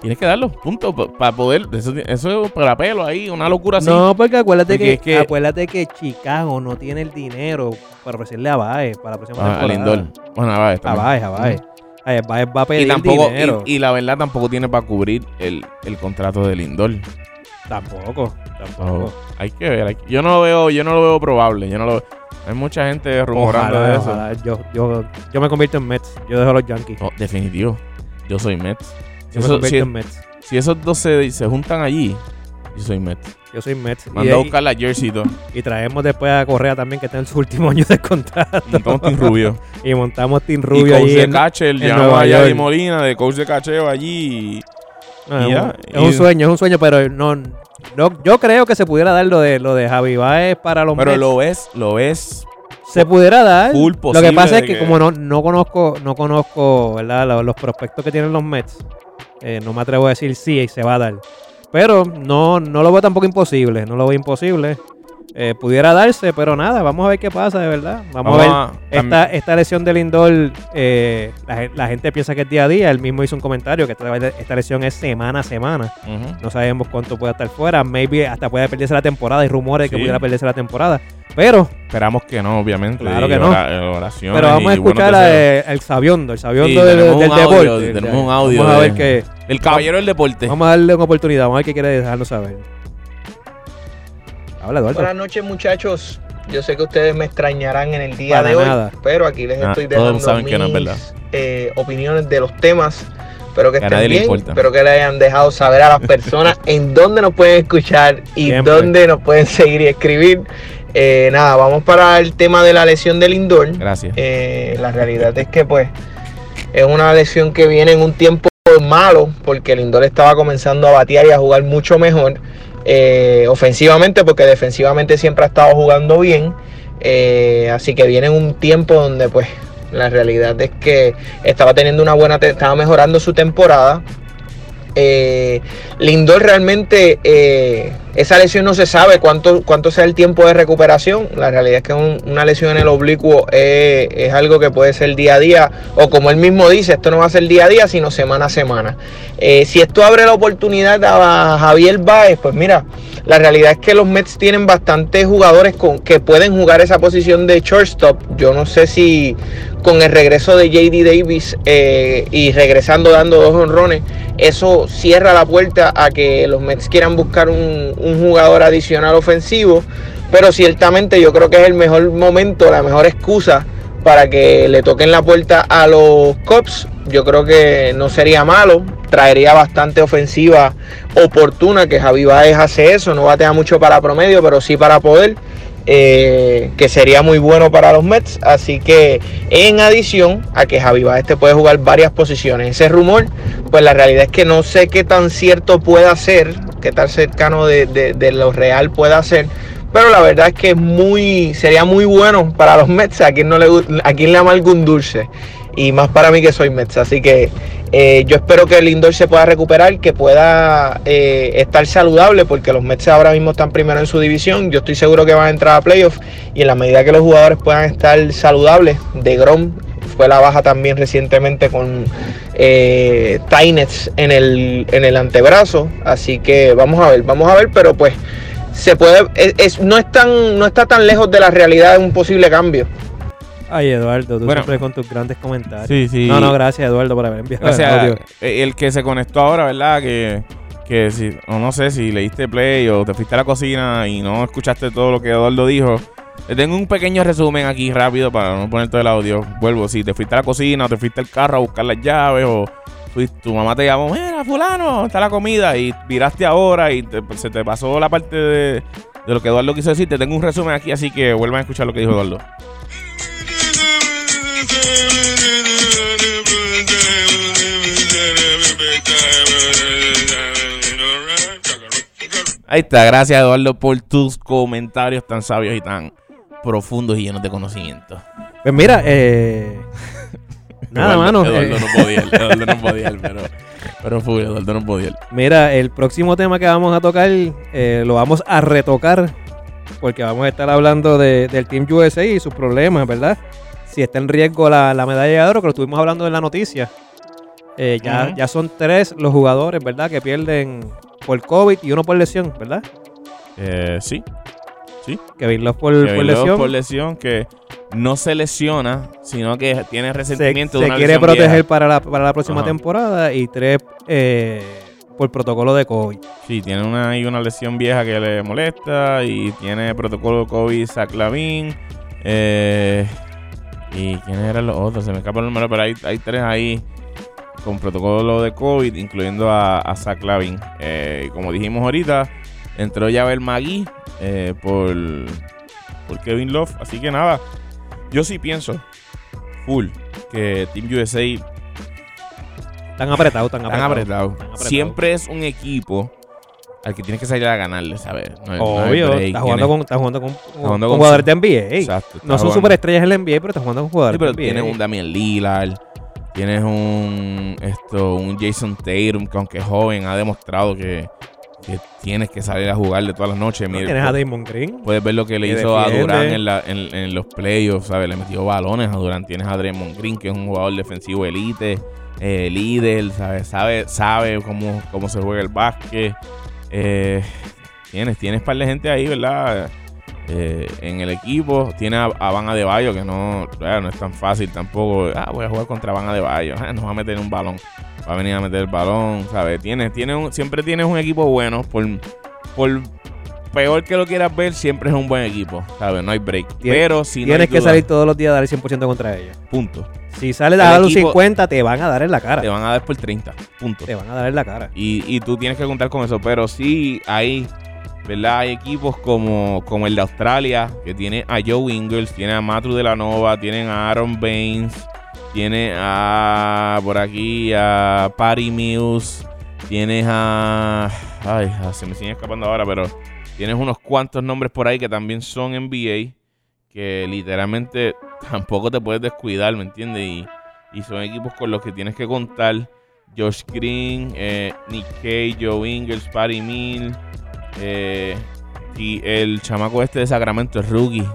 [SPEAKER 1] Tienes que darlo, punto, para poder. Eso, eso es para pelo ahí, una locura así.
[SPEAKER 2] No, porque acuérdate
[SPEAKER 1] Porque
[SPEAKER 2] que,
[SPEAKER 1] es que-
[SPEAKER 2] acuérdate que Chicago no tiene el dinero para ofrecerle a Baez para la próxima
[SPEAKER 1] Ah, a
[SPEAKER 2] temporada.
[SPEAKER 1] Lindor. Bueno, a Baez
[SPEAKER 2] A
[SPEAKER 1] también.
[SPEAKER 2] Baez, a Baez. A ver, Baez va a pedir
[SPEAKER 1] Y, tampoco,
[SPEAKER 2] dinero.
[SPEAKER 1] y, y la verdad tampoco tiene para cubrir el, el contrato de Lindor.
[SPEAKER 2] Tampoco, tampoco.
[SPEAKER 1] So, hay que ver. hay que- yo no lo veo, yo no lo veo probable. Yo no lo Hay mucha gente rumorando
[SPEAKER 2] Ojalá,
[SPEAKER 1] de eso.
[SPEAKER 2] ojalá. Yo, yo, yo me convierto en Mets. Yo dejo a los Yankees.
[SPEAKER 1] No, definitivo. Yo soy Mets. Si,
[SPEAKER 2] Yo me
[SPEAKER 1] eso-
[SPEAKER 2] convierto
[SPEAKER 1] si-
[SPEAKER 2] en Mets.
[SPEAKER 1] si esos dos se, se juntan allí, yo soy Mets.
[SPEAKER 2] Yo soy Mets. Y-
[SPEAKER 1] Manda a
[SPEAKER 2] y-
[SPEAKER 1] buscar la jersey y todo.
[SPEAKER 2] Y traemos después a Correa también, que está en su último año de contrato.
[SPEAKER 1] Montamos Team Rubio.
[SPEAKER 2] Y montamos Team Rubio
[SPEAKER 1] y coach
[SPEAKER 2] allí.
[SPEAKER 1] de
[SPEAKER 2] en-
[SPEAKER 1] catcher. Llamamos
[SPEAKER 2] Nueva
[SPEAKER 1] allá de
[SPEAKER 2] York.
[SPEAKER 1] Molina, de coach de cacheo allí.
[SPEAKER 2] No, Ah, es,
[SPEAKER 1] y ya,
[SPEAKER 2] un, es un
[SPEAKER 1] y-
[SPEAKER 2] sueño, es un sueño, pero no, no- Yo creo que se pudiera dar lo de lo de Javi Baez para los
[SPEAKER 1] Pero
[SPEAKER 2] Mets.
[SPEAKER 1] lo ves, lo ves.
[SPEAKER 2] se pudiera dar.
[SPEAKER 1] full
[SPEAKER 2] lo
[SPEAKER 1] posible
[SPEAKER 2] que pasa es
[SPEAKER 1] de
[SPEAKER 2] que,
[SPEAKER 1] que-
[SPEAKER 2] como no, no conozco, no conozco ¿verdad? Los, los prospectos que tienen los Mets, eh, no me atrevo a decir sí y se va a dar. Pero no, no lo veo tampoco imposible, no lo veo imposible. Eh, pudiera darse, pero nada, vamos a ver qué pasa, de verdad. Vamos, a ver. Esta, esta lesión de Lindor, eh, la, gen- la gente piensa que es día a día. Él mismo hizo un comentario que esta, esta lesión es semana a semana.
[SPEAKER 1] Ujú.
[SPEAKER 2] No sabemos cuánto puede estar fuera. Maybe hasta puede perderse la temporada. Hay rumores de que
[SPEAKER 1] Sí.
[SPEAKER 2] pudiera perderse la temporada. Pero,
[SPEAKER 1] Esperamos que no, obviamente.
[SPEAKER 2] Claro
[SPEAKER 1] y
[SPEAKER 2] que no.
[SPEAKER 1] ora- oraciones
[SPEAKER 2] pero vamos a
[SPEAKER 1] y buenos
[SPEAKER 2] escuchar a-
[SPEAKER 1] deseos.
[SPEAKER 2] el sabiondo, el sabiondo
[SPEAKER 1] Sí,
[SPEAKER 2] del,
[SPEAKER 1] tenemos
[SPEAKER 2] del
[SPEAKER 1] un audio,
[SPEAKER 2] deporte.
[SPEAKER 1] tenemos un audio
[SPEAKER 2] Vamos a
[SPEAKER 1] de- este.
[SPEAKER 2] ver qué.
[SPEAKER 1] El caballero del deporte.
[SPEAKER 2] Vamos a darle una oportunidad. Vamos a ver qué quiere dejarnos saber. Habla, Eduardo.
[SPEAKER 3] Buenas noches muchachos, Yo sé que ustedes me extrañarán en el día
[SPEAKER 2] Para
[SPEAKER 3] de hoy,
[SPEAKER 2] nada.
[SPEAKER 3] pero aquí les
[SPEAKER 1] Ah,
[SPEAKER 3] estoy
[SPEAKER 1] todos
[SPEAKER 3] dejando
[SPEAKER 1] saben que no es
[SPEAKER 3] mis,
[SPEAKER 1] verdad.
[SPEAKER 3] eh, opiniones de los temas. Espero que
[SPEAKER 1] Que a nadie
[SPEAKER 3] estén
[SPEAKER 1] le
[SPEAKER 3] bien,
[SPEAKER 1] importa.
[SPEAKER 3] espero que le hayan dejado saber a las personas en dónde nos pueden escuchar y
[SPEAKER 2] Siempre.
[SPEAKER 3] dónde nos pueden seguir y escribir. Eh, nada, vamos para el tema de la lesión del Lindor.
[SPEAKER 1] Gracias.
[SPEAKER 3] Eh, la realidad es que pues es una lesión que viene en un tiempo malo porque Lindor estaba comenzando a batear y a jugar mucho mejor eh, ofensivamente porque defensivamente siempre ha estado jugando bien Eh, así que viene en un tiempo donde pues la realidad es que estaba teniendo una buena te- estaba mejorando su temporada eh, Lindor realmente, eh, esa lesión no se sabe cuánto, cuánto sea el tiempo de recuperación. La realidad es que un- una lesión en el oblicuo eh, es algo que puede ser día a día, o como él mismo dice, esto no va a ser día a día, sino semana a semana. Eh, si esto abre la oportunidad a Javier Báez, pues mira, la realidad es que los Mets tienen bastantes jugadores con, que pueden jugar esa posición de shortstop. Yo no sé si con el regreso de JD Davis eh, y regresando dando dos honrones, eso cierra la puerta a que los Mets quieran buscar un, un jugador adicional ofensivo. Pero ciertamente yo creo que es el mejor momento, la mejor excusa para que le toquen la puerta a los Cops. Yo creo que no sería malo, traería bastante ofensiva oportuna, que Javi Baez hace eso, no batea mucho para promedio, pero sí para poder, eh, que sería muy bueno para los Mets. Así que en adición a que Javi Baez te puede jugar varias posiciones, ese rumor, pues la realidad es que no sé qué tan cierto pueda ser, qué tan cercano de, de- de lo real pueda ser. Pero la verdad es que es muy, sería muy bueno para los Mets, a quien, no le, gu- a quien le amarga un dulce. Y más para mí que soy Mets. Así que eh, yo espero que Lindor se pueda recuperar, que pueda eh, estar saludable, porque los Mets ahora mismo están primero en su división. Yo estoy seguro que van a entrar a playoffs y en la medida que los jugadores puedan estar saludables, de Grom fue la baja también recientemente con eh, Tainets en el, en el antebrazo. Así que vamos a ver, vamos a ver, pero pues se puede, es- es- no, es tan, no está tan lejos de la realidad de un posible cambio.
[SPEAKER 2] Ay, Eduardo, tú
[SPEAKER 1] Bueno.
[SPEAKER 2] siempre con tus grandes comentarios.
[SPEAKER 1] Sí, sí.
[SPEAKER 2] No, no, gracias, Eduardo, por haber enviado
[SPEAKER 1] O sea,
[SPEAKER 2] el audio.
[SPEAKER 1] eh, el que se conectó ahora, ¿verdad? Que, que si, o no sé si leíste play o te fuiste a la cocina y no escuchaste todo lo que Eduardo dijo. Te tengo un pequeño resumen aquí rápido para no poner todo el audio. Vuelvo, si te fuiste a la cocina o te fuiste al carro a buscar las llaves o fuiste- tu mamá te llamó, mira, fulano, está la comida y viraste ahora y te- se te pasó la parte de, de lo que Eduardo quiso decir. Te tengo un resumen aquí, así que vuelvan a escuchar lo que dijo Eduardo. Ahí está, gracias Eduardo por tus comentarios tan sabios y tan profundos y llenos de conocimiento.
[SPEAKER 2] Pues mira, eh. Nada,
[SPEAKER 1] Eduardo-
[SPEAKER 2] mano.
[SPEAKER 1] Eduardo
[SPEAKER 2] eh,
[SPEAKER 1] no podía, Eduardo no podía, pero, pero fue, Eduardo no podía.
[SPEAKER 2] Mira, el próximo tema que vamos a tocar eh, lo vamos a retocar porque vamos a estar hablando de- del Team USA y sus problemas, ¿verdad? Si está en riesgo la, la medalla de oro, que lo estuvimos hablando en la noticia. Eh, ya,
[SPEAKER 1] Ujú.
[SPEAKER 2] ya son tres los jugadores, ¿verdad? Que pierden por COVID y uno por lesión, ¿verdad?
[SPEAKER 1] Eh, sí,
[SPEAKER 2] Kevin Love por,
[SPEAKER 1] que
[SPEAKER 2] por
[SPEAKER 1] Bill Love
[SPEAKER 2] lesión.
[SPEAKER 1] por lesión que no se lesiona, sino que tiene
[SPEAKER 2] se
[SPEAKER 1] resentimiento de
[SPEAKER 2] se
[SPEAKER 1] una
[SPEAKER 2] quiere
[SPEAKER 1] lesión
[SPEAKER 2] proteger
[SPEAKER 1] vieja.
[SPEAKER 2] para la, para la próxima
[SPEAKER 1] Ajá.
[SPEAKER 2] temporada y tres eh, por protocolo de COVID.
[SPEAKER 1] Sí, tiene una, hay una lesión vieja que le molesta y tiene protocolo COVID Saclavin. Eh, ¿Y quiénes eran los otros? Se me escapa el número, pero hay, hay tres ahí con protocolo de COVID, incluyendo a, a Zach Lavin. Eh, como dijimos ahorita, entró ya el Magui eh, por, por Kevin Love. Así que nada, yo sí pienso, full, que Team USA
[SPEAKER 2] Están apretados, están
[SPEAKER 1] están apretados.
[SPEAKER 2] apretados. apretado.
[SPEAKER 1] Siempre es un equipo al que tienes que salir a ganarle, ¿sabes? No hay- Pues, no hay
[SPEAKER 2] Obvio,
[SPEAKER 1] break.
[SPEAKER 2] está jugando,
[SPEAKER 1] Tiene-
[SPEAKER 2] con, está jugando con, con-
[SPEAKER 1] jugando
[SPEAKER 2] con
[SPEAKER 1] con-
[SPEAKER 2] jugadores de NBA. ey.
[SPEAKER 1] Exacto, está
[SPEAKER 2] no son
[SPEAKER 1] jugando.
[SPEAKER 2] superestrellas eh. en la NBA, pero están jugando con
[SPEAKER 1] Sí,
[SPEAKER 2] jugadores
[SPEAKER 1] pero
[SPEAKER 2] de NBA.
[SPEAKER 1] tienes un Damian Lillard, tienes un esto un Jason Tatum, que aunque es joven, ha demostrado que, que tienes que salir a jugarle todas las noches.
[SPEAKER 2] No
[SPEAKER 1] Mira,
[SPEAKER 2] tienes
[SPEAKER 1] pu-
[SPEAKER 2] a Damon Green.
[SPEAKER 1] Puedes ver lo que le
[SPEAKER 2] que
[SPEAKER 1] hizo
[SPEAKER 2] defiende.
[SPEAKER 1] a Durán en, la- en- en los playoffs, ¿sabes? Le metió balones a Durán. Tienes a Draymond Green, que es un jugador defensivo elite, eh, líder, ¿sabes? Sabe, sabe cómo, cómo se juega el básquet. Eh, tienes, tienes par de gente ahí, ¿verdad? Eh, en el equipo. Tiene a, a Van Adebayo, que no, claro, no es tan fácil tampoco. Ah, voy a jugar contra Van Adebayo. Ah, nos va a meter un balón. Va a venir a meter el balón, ¿sabes? Tienes, tiene un- siempre tienes un equipo bueno por, por peor que lo quieras ver, siempre es un buen equipo. ¿Sabes? No hay break. Pero si no
[SPEAKER 2] Tienes
[SPEAKER 1] hay
[SPEAKER 2] que
[SPEAKER 1] duda,
[SPEAKER 2] salir todos los días a dar el 100% contra ellos.
[SPEAKER 1] Punto.
[SPEAKER 2] Si sales
[SPEAKER 1] El
[SPEAKER 2] a dar los
[SPEAKER 1] equipo-
[SPEAKER 2] 50, te van a dar en la cara.
[SPEAKER 1] Te van a dar por 30. Punto.
[SPEAKER 2] Te van a dar en la cara.
[SPEAKER 1] Y, y tú tienes que contar con eso. Pero sí, hay, ¿verdad? Hay equipos como, como el de Australia, que tiene a Joe Ingles, tiene a Matru de la Nova, tienen a Aaron Baines, tiene a por aquí a Patty Mills, tienes a. Ay, ah, se me siguen escapando ahora, pero tienes unos cuantos nombres por ahí que también son NBA, que literalmente tampoco te puedes descuidar, ¿me entiendes? Y, y son equipos con los que tienes que contar. Josh Green, eh, Nick Kay, Joe Ingles, Patty Mill, eh, y el chamaco este de Sacramento, el rookie,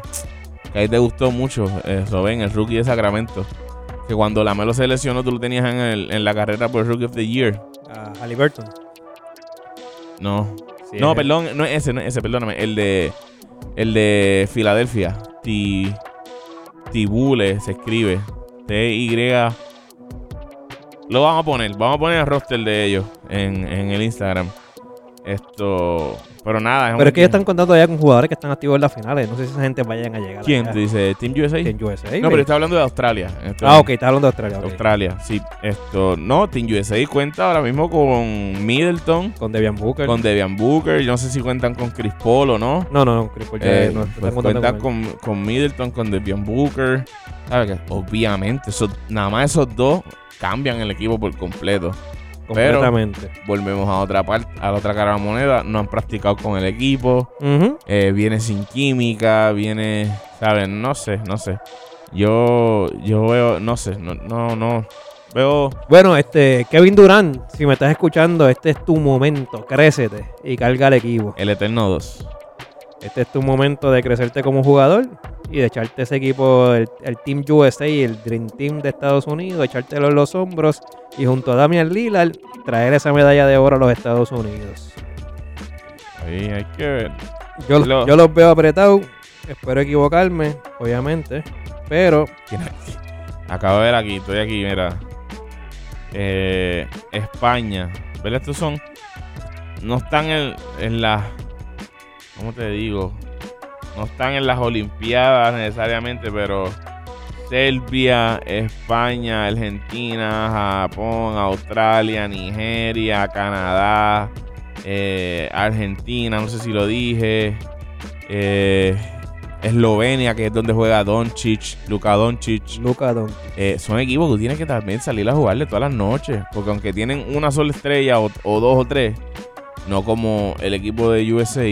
[SPEAKER 1] que a ti te gustó mucho, eh, Robén, el rookie de Sacramento. Que cuando Lamelo se lesionó, tú lo tenías en, el- en la carrera por Rookie of the Year.
[SPEAKER 2] A Halliburton.
[SPEAKER 1] No,
[SPEAKER 2] Sí,
[SPEAKER 1] no,
[SPEAKER 2] es-
[SPEAKER 1] perdón, no es ese, no es ese, perdóname. El de. El de Filadelfia. Ti. Tibule se escribe. T-Y. Lo vamos a poner. Vamos a poner el roster de ellos en, en el Instagram. Esto. Pero nada.
[SPEAKER 2] Pero es que ellos
[SPEAKER 1] un-
[SPEAKER 2] están contando ya con jugadores que están activos en las finales. No sé si esa gente vayan a llegar.
[SPEAKER 1] ¿Quién?
[SPEAKER 2] allá.
[SPEAKER 1] ¿Te dice Team USA?
[SPEAKER 2] Team USA.
[SPEAKER 1] no, pero está hablando de Australia. Esto-
[SPEAKER 2] Ah, ok, está hablando de Australia. ok.
[SPEAKER 1] Australia, sí. Esto. No, Team USA cuenta ahora mismo con Middleton,
[SPEAKER 2] Con Devian Booker.
[SPEAKER 1] con Devian Booker. Yo no sé si cuentan con Chris Paul o no.
[SPEAKER 2] No, no, no, Chris Paul ya
[SPEAKER 1] Eh,
[SPEAKER 2] no,
[SPEAKER 1] pues
[SPEAKER 2] están contando
[SPEAKER 1] cuentan
[SPEAKER 2] con él.
[SPEAKER 1] con, con Middleton, con Devion Booker. ¿Sabes qué? Obviamente, esos- nada más esos dos cambian el equipo por completo. pero-
[SPEAKER 2] completamente.
[SPEAKER 1] Volvemos a otra parte, a la otra cara de la moneda. No han practicado con el equipo.
[SPEAKER 2] Ujú.
[SPEAKER 1] eh, viene sin química, viene, ¿sabes? No sé, no sé. Yo, yo veo, no sé, no, no, no. Veo,
[SPEAKER 2] Bueno, este, Kevin Durant, si me estás escuchando, este es tu momento. Crécete y carga al equipo.
[SPEAKER 1] el Eterno 2.
[SPEAKER 2] Este es tu momento de crecerte como jugador y de echarte ese equipo, el, el Team USA y el Dream Team de Estados Unidos, echártelo en los hombros y junto a Damian Lillard traer esa medalla de oro a los Estados Unidos.
[SPEAKER 1] Ahí hay que ver.
[SPEAKER 2] Yo,
[SPEAKER 1] Lo-
[SPEAKER 2] yo los veo apretados, espero equivocarme, obviamente, pero
[SPEAKER 1] ¿Quién hay? Acabo de ver aquí, estoy aquí, mira. Eh, España. ¿Verdad? Estos son. No están en, en las. ¿Cómo te digo? No están en las Olimpiadas necesariamente, pero. Serbia, España, Argentina, Japón, Australia, Nigeria, Canadá, eh, Argentina, no sé si lo dije. eh, Eslovenia, que es donde juega Doncic, Luka Doncic.
[SPEAKER 2] Luca Don.
[SPEAKER 1] Eh, son equipos que tú tienes que también salir a jugarle todas las noches. Porque aunque tienen una sola estrella o, o dos o tres, no como el equipo de USA.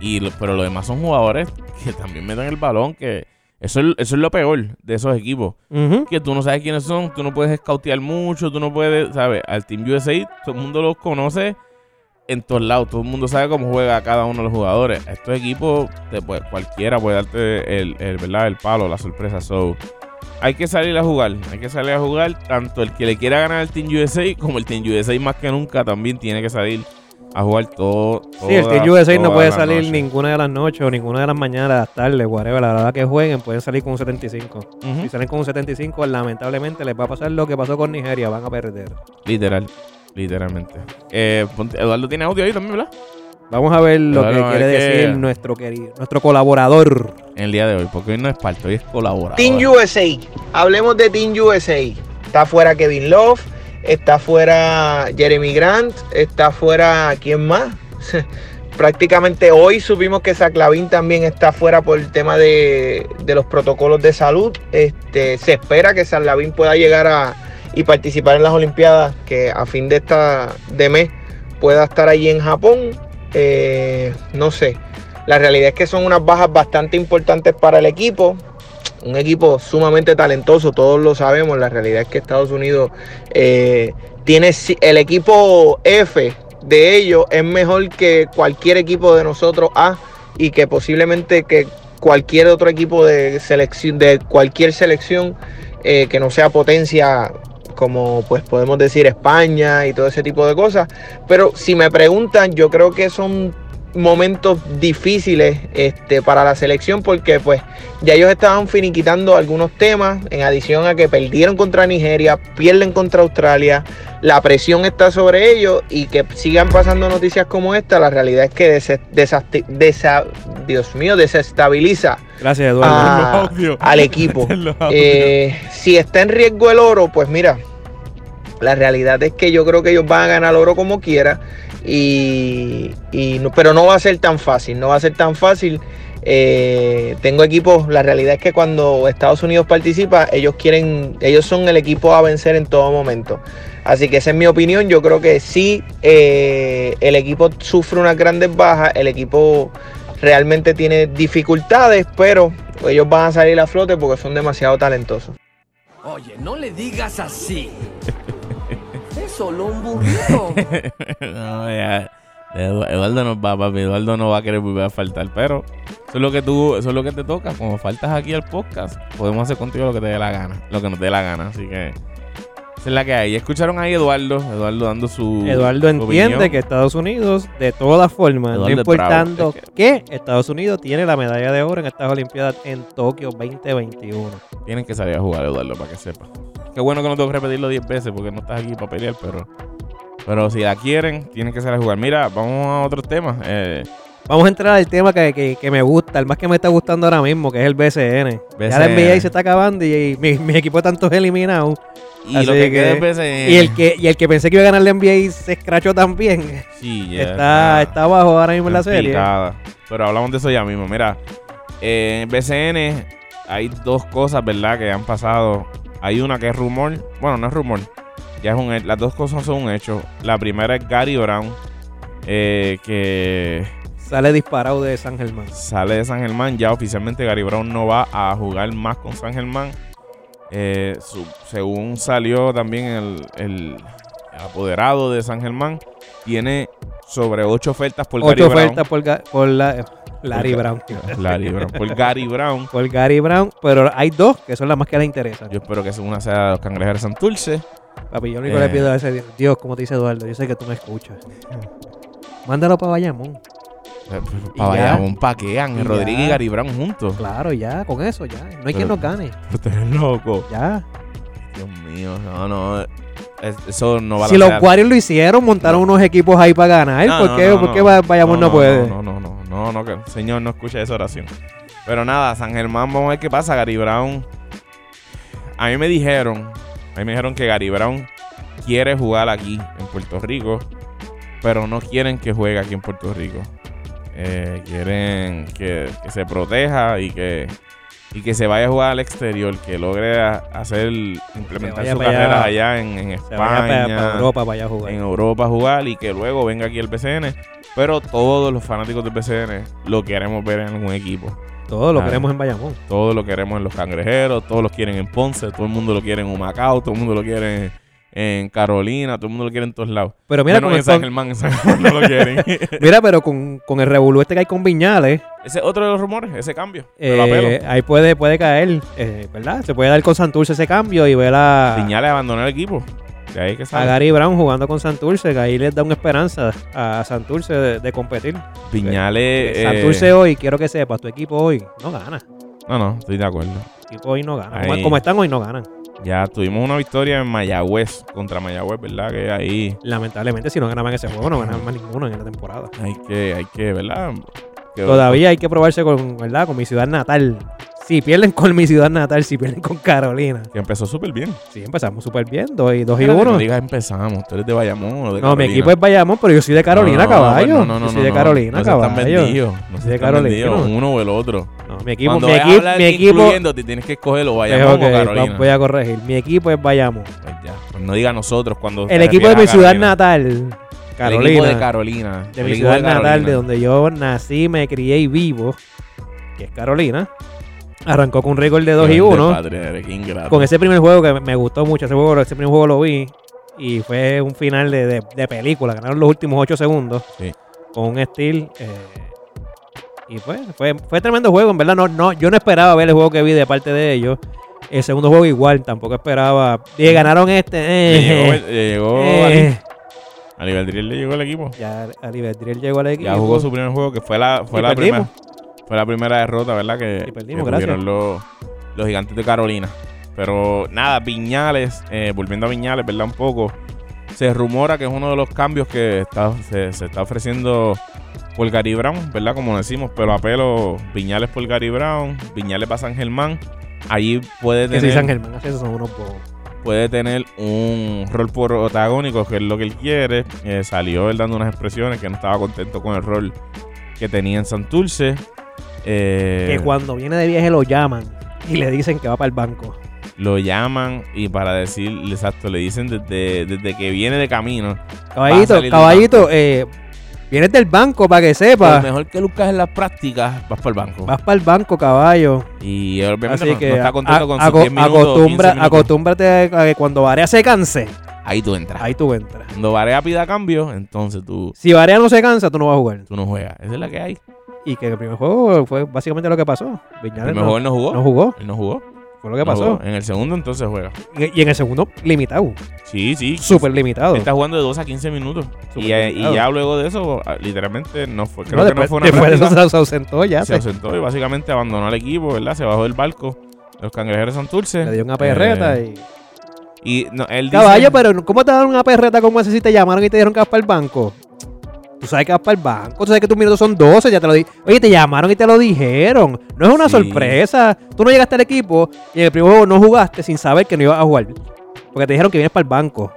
[SPEAKER 1] Y, lo- pero los demás son jugadores que también meten el balón. que eso es, eso es lo peor de esos equipos.
[SPEAKER 2] Ujú.
[SPEAKER 1] Que tú no sabes quiénes son, tú no puedes escautear mucho, tú no puedes, ¿sabes? Al Team USA todo el mundo los conoce en todos lados, todo el mundo sabe cómo juega cada uno de los jugadores. A Estos equipos, te puede- cualquiera puede darte el, el, ¿verdad? el palo, la sorpresa. So, hay que salir a jugar, hay que salir a jugar. Tanto el que le quiera ganar al Team USA como el Team USA más que nunca también tiene que salir a jugar todo.
[SPEAKER 2] Sí, el
[SPEAKER 1] toda-
[SPEAKER 2] Team USA no
[SPEAKER 1] toda
[SPEAKER 2] puede
[SPEAKER 1] la
[SPEAKER 2] salir
[SPEAKER 1] noche.
[SPEAKER 2] ninguna de las noches o ninguna de las mañanas, las tardes, whatever, la verdad que jueguen, pueden salir con un 75.
[SPEAKER 1] Ujú.
[SPEAKER 2] Si salen con un 75, lamentablemente les va a pasar lo que pasó con Nigeria, van a perder.
[SPEAKER 1] Literal, literalmente. Eh, ponte- Eduardo tiene audio ahí también, ¿verdad?
[SPEAKER 2] Vamos a ver lo
[SPEAKER 1] Bueno,
[SPEAKER 2] que quiere
[SPEAKER 1] es que-
[SPEAKER 2] decir nuestro querido, nuestro colaborador.
[SPEAKER 1] En el día de hoy, porque hoy no es parte, hoy es colaborador.
[SPEAKER 3] Team USA. Hablemos de Team USA. Está fuera Kevin Love, está fuera Jeremy Grant, está fuera quién más. Prácticamente hoy supimos que Saclavín también está fuera por el tema de, de los protocolos de salud. Este, se espera que Saclavín pueda llegar a y participar en las Olimpiadas, que a fin de esta de mes pueda estar allí en Japón. Eh, no sé. La realidad es que son unas bajas bastante importantes para el equipo un equipo sumamente talentoso, todos lo sabemos. La realidad es que Estados Unidos eh, tiene si- el equipo F de ellos es mejor que cualquier equipo de nosotros A y que posiblemente que cualquier otro equipo de selección de cualquier selección eh, que no sea potencia como pues podemos decir España y todo ese tipo de cosas pero si me preguntan yo creo que son momentos difíciles este, para la selección porque pues ya ellos estaban finiquitando algunos temas en adición a que perdieron contra Nigeria, pierden contra Australia, la presión está sobre ellos y que sigan pasando noticias como esta, la realidad es que des- desasti- desa- Dios mío, desestabiliza
[SPEAKER 2] Gracias, Eduardo.
[SPEAKER 3] a-
[SPEAKER 1] los audios.
[SPEAKER 3] al equipo.
[SPEAKER 1] Los audios.
[SPEAKER 3] Eh, si está en riesgo el oro, pues mira, la realidad es que yo creo que ellos van a ganar oro como quiera, y, y no- pero no va a ser tan fácil, no va a ser tan fácil. Eh, tengo equipos, la realidad es que cuando Estados Unidos participa, ellos quieren, ellos son el equipo a vencer en todo momento. Así que esa es mi opinión. Yo creo que sí, eh, el equipo sufre unas grandes bajas, el equipo realmente tiene dificultades, pero ellos van a salir a flote porque son demasiado talentosos.
[SPEAKER 4] Oye, no le digas así. Es solo un burrito.
[SPEAKER 1] No, ya. Edu- Eduardo no va, papi. Eduardo no va a querer volver a faltar. Pero eso es lo que tú, eso es lo que te toca. Como faltas aquí al podcast, podemos hacer contigo lo que te dé la gana. Lo que nos dé la gana. Así que esa es la que hay. Ya escucharon ahí a Eduardo. Eduardo dando su.
[SPEAKER 2] Eduardo
[SPEAKER 1] su
[SPEAKER 2] entiende
[SPEAKER 1] opinión.
[SPEAKER 2] que Estados Unidos, de todas formas, no
[SPEAKER 1] Eduardo es
[SPEAKER 2] importando
[SPEAKER 1] bravo, es
[SPEAKER 2] que Estados Unidos tiene la medalla de oro en estas Olimpiadas en Tokio 2021.
[SPEAKER 1] Tienen que salir a jugar, Eduardo, para que sepa. Qué bueno que no tengo que repetirlo 10 veces porque no estás aquí para pelear, pero. Pero si la quieren, tienen que salir a jugar. Mira, vamos a otros temas. Eh,
[SPEAKER 2] Vamos a entrar al tema que, que- que me gusta, el más que me está gustando ahora mismo, que es el BCN. Ya la
[SPEAKER 1] BCN.
[SPEAKER 2] NBA se está acabando y, y mi, mi equipo de tantos eliminados.
[SPEAKER 1] y
[SPEAKER 2] Así
[SPEAKER 1] lo que, pues, eh,
[SPEAKER 2] que-
[SPEAKER 1] quede veces.
[SPEAKER 2] Y el que y el que pensé que iba a ganar la NBA se escrachó también.
[SPEAKER 1] Sí, ya
[SPEAKER 2] Está, está abajo ahora mismo en la serie.
[SPEAKER 1] Picada. Pero hablamos de eso ya mismo. Mira, eh, en BCN hay dos cosas, ¿verdad? Que han pasado. Hay una que es rumor. Bueno, no es rumor. Ya es un he- Las dos cosas son un hecho. La primera es Gary Brown. eh, que
[SPEAKER 2] Sale disparado de San Germán.
[SPEAKER 1] sale de San Germán. Ya oficialmente Gary Brown no va a jugar más con San Germán. Eh, su- según salió también el, el apoderado de San Germán, tiene sobre ocho ofertas por Gary
[SPEAKER 2] Ocho
[SPEAKER 1] Brown.
[SPEAKER 2] ofertas por, Ga- por la- eh, Larry Brown. tío.
[SPEAKER 1] Larry Brown. Por Gary Brown.
[SPEAKER 2] Por Gary Brown, pero hay dos que son las más que le interesan.
[SPEAKER 1] Yo espero que una sea de los cangrejeros de Santurce.
[SPEAKER 2] Papi, yo lo único
[SPEAKER 1] Eh.
[SPEAKER 2] que le pido a ese Dios, Dios, como te dice Eduardo, yo sé que tú me escuchas.
[SPEAKER 1] Eh.
[SPEAKER 2] Mándalo para Bayamón.
[SPEAKER 1] pues, Para
[SPEAKER 2] ya.
[SPEAKER 1] Bayamón, para que
[SPEAKER 2] Y
[SPEAKER 1] Ángel Rodríguez
[SPEAKER 2] ya.
[SPEAKER 1] y Gary Brown juntos.
[SPEAKER 2] Claro, ya, con eso, ya. No hay
[SPEAKER 1] Pero-
[SPEAKER 2] quien nos gane,
[SPEAKER 1] Ustedes loco.
[SPEAKER 2] ya.
[SPEAKER 1] Dios mío, no, no. Es- Eso no va
[SPEAKER 2] si los Warriors lo hicieron, montaron unos equipos ahí para ganar.
[SPEAKER 1] No,
[SPEAKER 2] ¿Por
[SPEAKER 1] no,
[SPEAKER 2] qué,
[SPEAKER 1] no,
[SPEAKER 2] por
[SPEAKER 1] no.
[SPEAKER 2] qué Ba- Bayamón no, puede?
[SPEAKER 1] No, no, no, no, no, que- señor, no escucha esa oración. Pero nada, San Germán, vamos a ver qué pasa. Gary Brown. A mí me dijeron, a mí me dijeron que Gary Brown quiere jugar aquí en Puerto Rico, pero no quieren que juegue aquí en Puerto Rico. Eh, quieren que, que se proteja y que, y que se vaya a jugar al exterior, que logre a- hacer, implementar
[SPEAKER 2] vaya
[SPEAKER 1] su
[SPEAKER 2] para allá.
[SPEAKER 1] carrera allá en, en
[SPEAKER 2] Se vaya
[SPEAKER 1] España
[SPEAKER 2] para, Europa para allá a jugar.
[SPEAKER 1] en Europa a jugar y que luego venga aquí el BCN. Pero todos los fanáticos del BCN lo queremos ver en algún equipo.
[SPEAKER 2] Todos lo
[SPEAKER 1] Ah.
[SPEAKER 2] queremos en Bayamón.
[SPEAKER 1] Todos lo queremos en los cangrejeros, todos lo quieren en Ponce, todo el mundo lo quiere en Humacao, todo el mundo lo quiere en, en Carolina, todo el mundo lo quiere en todos lados.
[SPEAKER 2] Pero mira,
[SPEAKER 1] Menos
[SPEAKER 2] con
[SPEAKER 1] en
[SPEAKER 2] esto-
[SPEAKER 1] San Germán, en San Germán no lo quieren. ese
[SPEAKER 2] mira, pero con, con el revolú este que hay con Viñales,
[SPEAKER 1] es otro de los rumores, ese cambio. Te
[SPEAKER 2] eh,
[SPEAKER 1] lo apelo.
[SPEAKER 2] ahí puede, puede caer, eh, ¿verdad? Se puede dar con Santurce ese cambio y ver a,
[SPEAKER 1] Señales de abandonar el equipo. De ahí que
[SPEAKER 2] a
[SPEAKER 1] sale.
[SPEAKER 2] Gary Brown jugando con Santurce, que ahí les da una esperanza a Santurce de, de competir.
[SPEAKER 1] Piñales. eh,
[SPEAKER 2] Santurce hoy, quiero que sepas, tu equipo hoy no gana.
[SPEAKER 1] no, no, estoy de acuerdo.
[SPEAKER 2] Tu equipo hoy no gana.
[SPEAKER 1] Ahí.
[SPEAKER 2] Como, como están hoy no ganan.
[SPEAKER 1] Ya tuvimos una victoria en Mayagüez, contra Mayagüez, ¿verdad? Que ahí.
[SPEAKER 2] Lamentablemente, si no ganaban ese juego, no ganaban más ninguno en la temporada.
[SPEAKER 1] Hay que, hay que, ¿verdad? Que-
[SPEAKER 2] Todavía hay que probarse con, ¿verdad? con mi ciudad natal. Si pierden con mi ciudad natal, si pierden con Carolina.
[SPEAKER 1] Que empezó súper bien.
[SPEAKER 2] Sí, empezamos súper bien, 2 y, dos y
[SPEAKER 1] Espérate, No
[SPEAKER 2] uno.
[SPEAKER 1] digas empezamos. Tú eres de Bayamón o de
[SPEAKER 2] No, mi
[SPEAKER 1] Carolina.
[SPEAKER 2] equipo es Bayamón, pero yo soy de Carolina,
[SPEAKER 1] No, no,
[SPEAKER 2] caballo.
[SPEAKER 1] pues, No, no, no.
[SPEAKER 2] yo soy
[SPEAKER 1] no,
[SPEAKER 2] de
[SPEAKER 1] no.
[SPEAKER 2] Carolina,
[SPEAKER 1] no, se están
[SPEAKER 2] caballo.
[SPEAKER 1] vendidos. No
[SPEAKER 2] Soy
[SPEAKER 1] se
[SPEAKER 2] de
[SPEAKER 1] están
[SPEAKER 2] Carolina.
[SPEAKER 1] vendidos uno o el otro.
[SPEAKER 2] No, mi equipo,
[SPEAKER 1] Cuando
[SPEAKER 2] mi
[SPEAKER 1] vayas a
[SPEAKER 2] equipo,
[SPEAKER 1] hablar
[SPEAKER 2] mi equipo.
[SPEAKER 1] incluyéndote, tienes que escoger o
[SPEAKER 2] Eh,
[SPEAKER 1] Bayamón
[SPEAKER 2] ok,
[SPEAKER 1] o Carolina.
[SPEAKER 2] voy a corregir. Mi equipo es Bayamón.
[SPEAKER 1] Pues ya, pues no diga nosotros cuando.
[SPEAKER 2] El
[SPEAKER 1] te
[SPEAKER 2] equipo de mi
[SPEAKER 1] refieres a
[SPEAKER 2] ciudad
[SPEAKER 1] Carolina.
[SPEAKER 2] natal,
[SPEAKER 1] El equipo de
[SPEAKER 2] Carolina.
[SPEAKER 1] Carolina.
[SPEAKER 2] De
[SPEAKER 1] El
[SPEAKER 2] mi
[SPEAKER 1] equipo
[SPEAKER 2] ciudad natal,
[SPEAKER 1] Carolina.
[SPEAKER 2] de donde yo nací, me crié y vivo, que es Carolina. Arrancó con un récord de 2 y
[SPEAKER 1] Grande
[SPEAKER 2] 1.
[SPEAKER 1] padre, eres, qué ingrato.
[SPEAKER 2] Con ese primer juego que me gustó mucho, ese, juego, ese primer juego lo vi y fue un final de, de- de película. Ganaron los últimos 8 segundos
[SPEAKER 1] Sí.
[SPEAKER 2] con un steal. eh, y fue, fue, fue tremendo juego, en verdad. No, no, yo no esperaba ver el juego que vi de parte de ellos. El segundo juego igual, tampoco esperaba. Y ganaron este.
[SPEAKER 1] Le
[SPEAKER 2] eh,
[SPEAKER 1] llegó, le llegó
[SPEAKER 2] eh,
[SPEAKER 1] A nivel drill le llegó el equipo.
[SPEAKER 2] Ya Ali Bedriel llegó al equipo.
[SPEAKER 1] Ya jugó su primer juego, que fue la, fue
[SPEAKER 2] Y
[SPEAKER 1] la
[SPEAKER 2] perdimos.
[SPEAKER 1] primera. Fue la primera derrota, ¿verdad? Que,
[SPEAKER 2] Y perdimos,
[SPEAKER 1] que
[SPEAKER 2] gracias.
[SPEAKER 1] tuvieron los, los gigantes de Carolina. Pero nada, Viñales, eh, volviendo a Viñales, ¿verdad? Un poco. Se rumora que es uno de los cambios que está, se, se está ofreciendo por Gary Brown, ¿verdad? Como decimos, pero a pelo Viñales por Gary Brown, Viñales para San Germán. Allí puede
[SPEAKER 2] Que si San
[SPEAKER 1] tener,
[SPEAKER 2] Germán hace eso, son unos bobos.
[SPEAKER 1] puede tener un rol protagónico, que es lo que él quiere. Eh, salió él dando unas expresiones que no estaba contento con el rol que tenía en Santurce. Eh,
[SPEAKER 2] Que cuando viene de viaje lo llaman y le dicen que va para el banco.
[SPEAKER 1] lo llaman y para decir, exacto, le dicen desde, desde que viene de camino.
[SPEAKER 2] Caballito,
[SPEAKER 1] salir del Pues
[SPEAKER 2] caballito, eh, vienes del banco para que
[SPEAKER 1] Lo
[SPEAKER 2] sepas.
[SPEAKER 1] mejor que Lucas en las prácticas, vas para el banco.
[SPEAKER 2] Vas para el banco, caballo.
[SPEAKER 1] Y él obviamente
[SPEAKER 2] Así
[SPEAKER 1] no,
[SPEAKER 2] que
[SPEAKER 1] no está contento
[SPEAKER 2] a-
[SPEAKER 1] con
[SPEAKER 2] aco-
[SPEAKER 1] sus 10 minutos, 15
[SPEAKER 2] acostumbra-
[SPEAKER 1] minutos.
[SPEAKER 2] acostúmbrate a que cuando Varea se canse,
[SPEAKER 1] Ahí tú entras.
[SPEAKER 2] ahí tú entras.
[SPEAKER 1] Cuando Varea pida cambio, entonces tú,
[SPEAKER 2] Si Varea no se cansa, tú no vas a jugar.
[SPEAKER 1] tú no juegas. Esa es la que hay.
[SPEAKER 2] Y que el primer juego fue básicamente lo que pasó.
[SPEAKER 1] El
[SPEAKER 2] Viñales
[SPEAKER 1] mejor
[SPEAKER 2] no,
[SPEAKER 1] él no jugó.
[SPEAKER 2] no jugó,
[SPEAKER 1] Él no jugó.
[SPEAKER 2] fue lo que
[SPEAKER 1] No
[SPEAKER 2] pasó.
[SPEAKER 1] jugó. eh. En el segundo entonces juega.
[SPEAKER 2] Y, y en el segundo, limitado,
[SPEAKER 1] Sí, sí.
[SPEAKER 2] súper limitado.
[SPEAKER 1] Él Está jugando de 2 a 15 minutos. Y, eh, y
[SPEAKER 2] limitado.
[SPEAKER 1] ya luego de eso, ah, literalmente no fue. Creo
[SPEAKER 2] No,
[SPEAKER 1] que no
[SPEAKER 2] después
[SPEAKER 1] fue una
[SPEAKER 2] después de
[SPEAKER 1] práctica.
[SPEAKER 2] eso se, se ausentó ya. pues.
[SPEAKER 1] se
[SPEAKER 2] Se,
[SPEAKER 1] ausentó y básicamente abandonó al equipo, ¿verdad? Se bajó del barco. Los cangrejeros de Santurce.
[SPEAKER 2] le dio una perreta
[SPEAKER 1] Eh,
[SPEAKER 2] y...
[SPEAKER 1] y no, él dice,
[SPEAKER 2] Caballo, pues, pero ¿cómo te dan una perreta como esa si te llamaron y te dijeron que vas para el banco? Tú sabes que vas para el banco, tú sabes que tus minutos son 12, ya te lo dije. Oye, te llamaron y te lo dijeron. No es una
[SPEAKER 1] Sí.
[SPEAKER 2] sorpresa. Tú no llegaste al equipo y en el primer juego no jugaste sin saber que no ibas a jugar. Porque te dijeron que vienes para el banco.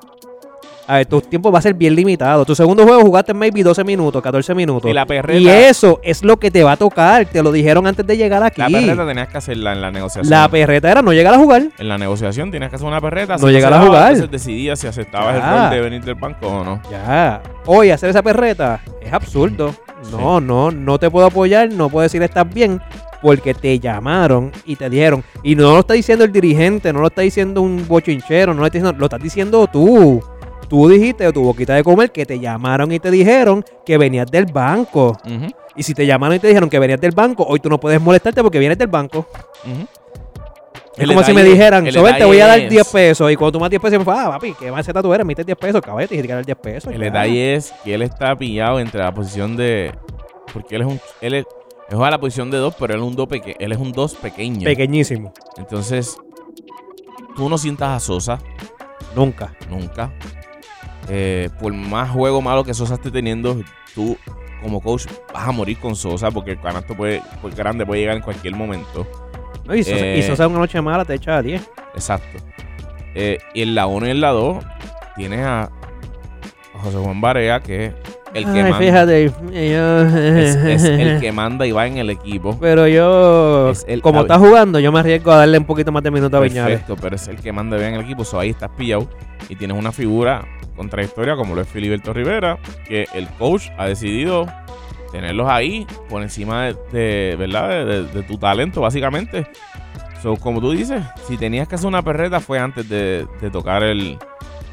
[SPEAKER 2] A ver, tu tiempo va a ser bien limitado. Tu segundo juego jugaste maybe 12 minutos, 14 minutos.
[SPEAKER 1] Y la perreta-
[SPEAKER 2] Y eso es lo que te va a tocar. Te lo dijeron antes de llegar aquí.
[SPEAKER 1] La perreta tenías que hacerla en la negociación.
[SPEAKER 2] La perreta era no llegar a jugar.
[SPEAKER 1] en la negociación tenías que hacer una perreta.
[SPEAKER 2] No llegar a
[SPEAKER 1] se daba,
[SPEAKER 2] jugar.
[SPEAKER 1] Entonces decidías si aceptabas el
[SPEAKER 2] Ya.
[SPEAKER 1] rol de venir del banco o no.
[SPEAKER 2] Ya, hoy hacer esa perreta es absurdo. No, no, no te puedo apoyar, no puedo decir estás bien, porque te llamaron y te dijeron. Y no lo está diciendo el dirigente, no lo está diciendo un bochinchero, no lo está diciendo, lo estás diciendo tú. Tú dijiste de tu boquita de comer que te llamaron y te dijeron que venías del banco.
[SPEAKER 1] Ujú,
[SPEAKER 2] Y si te llamaron y te dijeron que venías del banco, hoy tú no puedes molestarte porque vienes del banco.
[SPEAKER 1] ujú.
[SPEAKER 2] Es
[SPEAKER 1] El
[SPEAKER 2] como si me
[SPEAKER 1] detalle-
[SPEAKER 2] dijeran,
[SPEAKER 1] el
[SPEAKER 2] Sobel, te voy a dar
[SPEAKER 1] detalle
[SPEAKER 2] 10
[SPEAKER 1] es-
[SPEAKER 2] pesos. Y cuando tú me das 10 pesos, me fue, ah, papi, qué más tú eres, me diste 10 pesos, caballo, te dije que era el 10 pesos.
[SPEAKER 1] El
[SPEAKER 2] ya".
[SPEAKER 1] detalle es que él está pillado entre la posición de. Porque él es un. Él es, él juega la posición de dos, pero él es un dos, peque- él es un dos pequeño.
[SPEAKER 2] Pequeñísimo.
[SPEAKER 1] Entonces, tú no sientas a Sosa
[SPEAKER 2] Nunca.
[SPEAKER 1] nunca. Eh, por más juego malo que Sosa esté teniendo, tú como coach vas a morir con Sosa porque el canasto puede, por grande puede llegar en cualquier momento.
[SPEAKER 2] No, y Sosa,
[SPEAKER 1] Eh.
[SPEAKER 2] y Sosa una noche mala te echa a 10.
[SPEAKER 1] Exacto. Eh, y en la 1 y en la 2 tienes a, a José Juan Barea, que es el que
[SPEAKER 2] Ay,
[SPEAKER 1] manda.
[SPEAKER 2] fíjate. y yo-
[SPEAKER 1] Es, es el que manda y va en el equipo.
[SPEAKER 2] Pero yo,
[SPEAKER 1] Es el-
[SPEAKER 2] como
[SPEAKER 1] a-
[SPEAKER 2] está jugando, yo me arriesgo a darle un poquito más de minuto a Viñales.
[SPEAKER 1] Perfecto, pero es el que manda bien el equipo. So, ahí estás pillado y tienes una figura contradictoria como lo es Filiberto Rivera, que el coach ha decidido tenerlos ahí por encima de, de- ¿verdad? De, de- de tu talento, básicamente. So, como tú dices, si tenías que hacer una perreta fue antes de, de tocar el,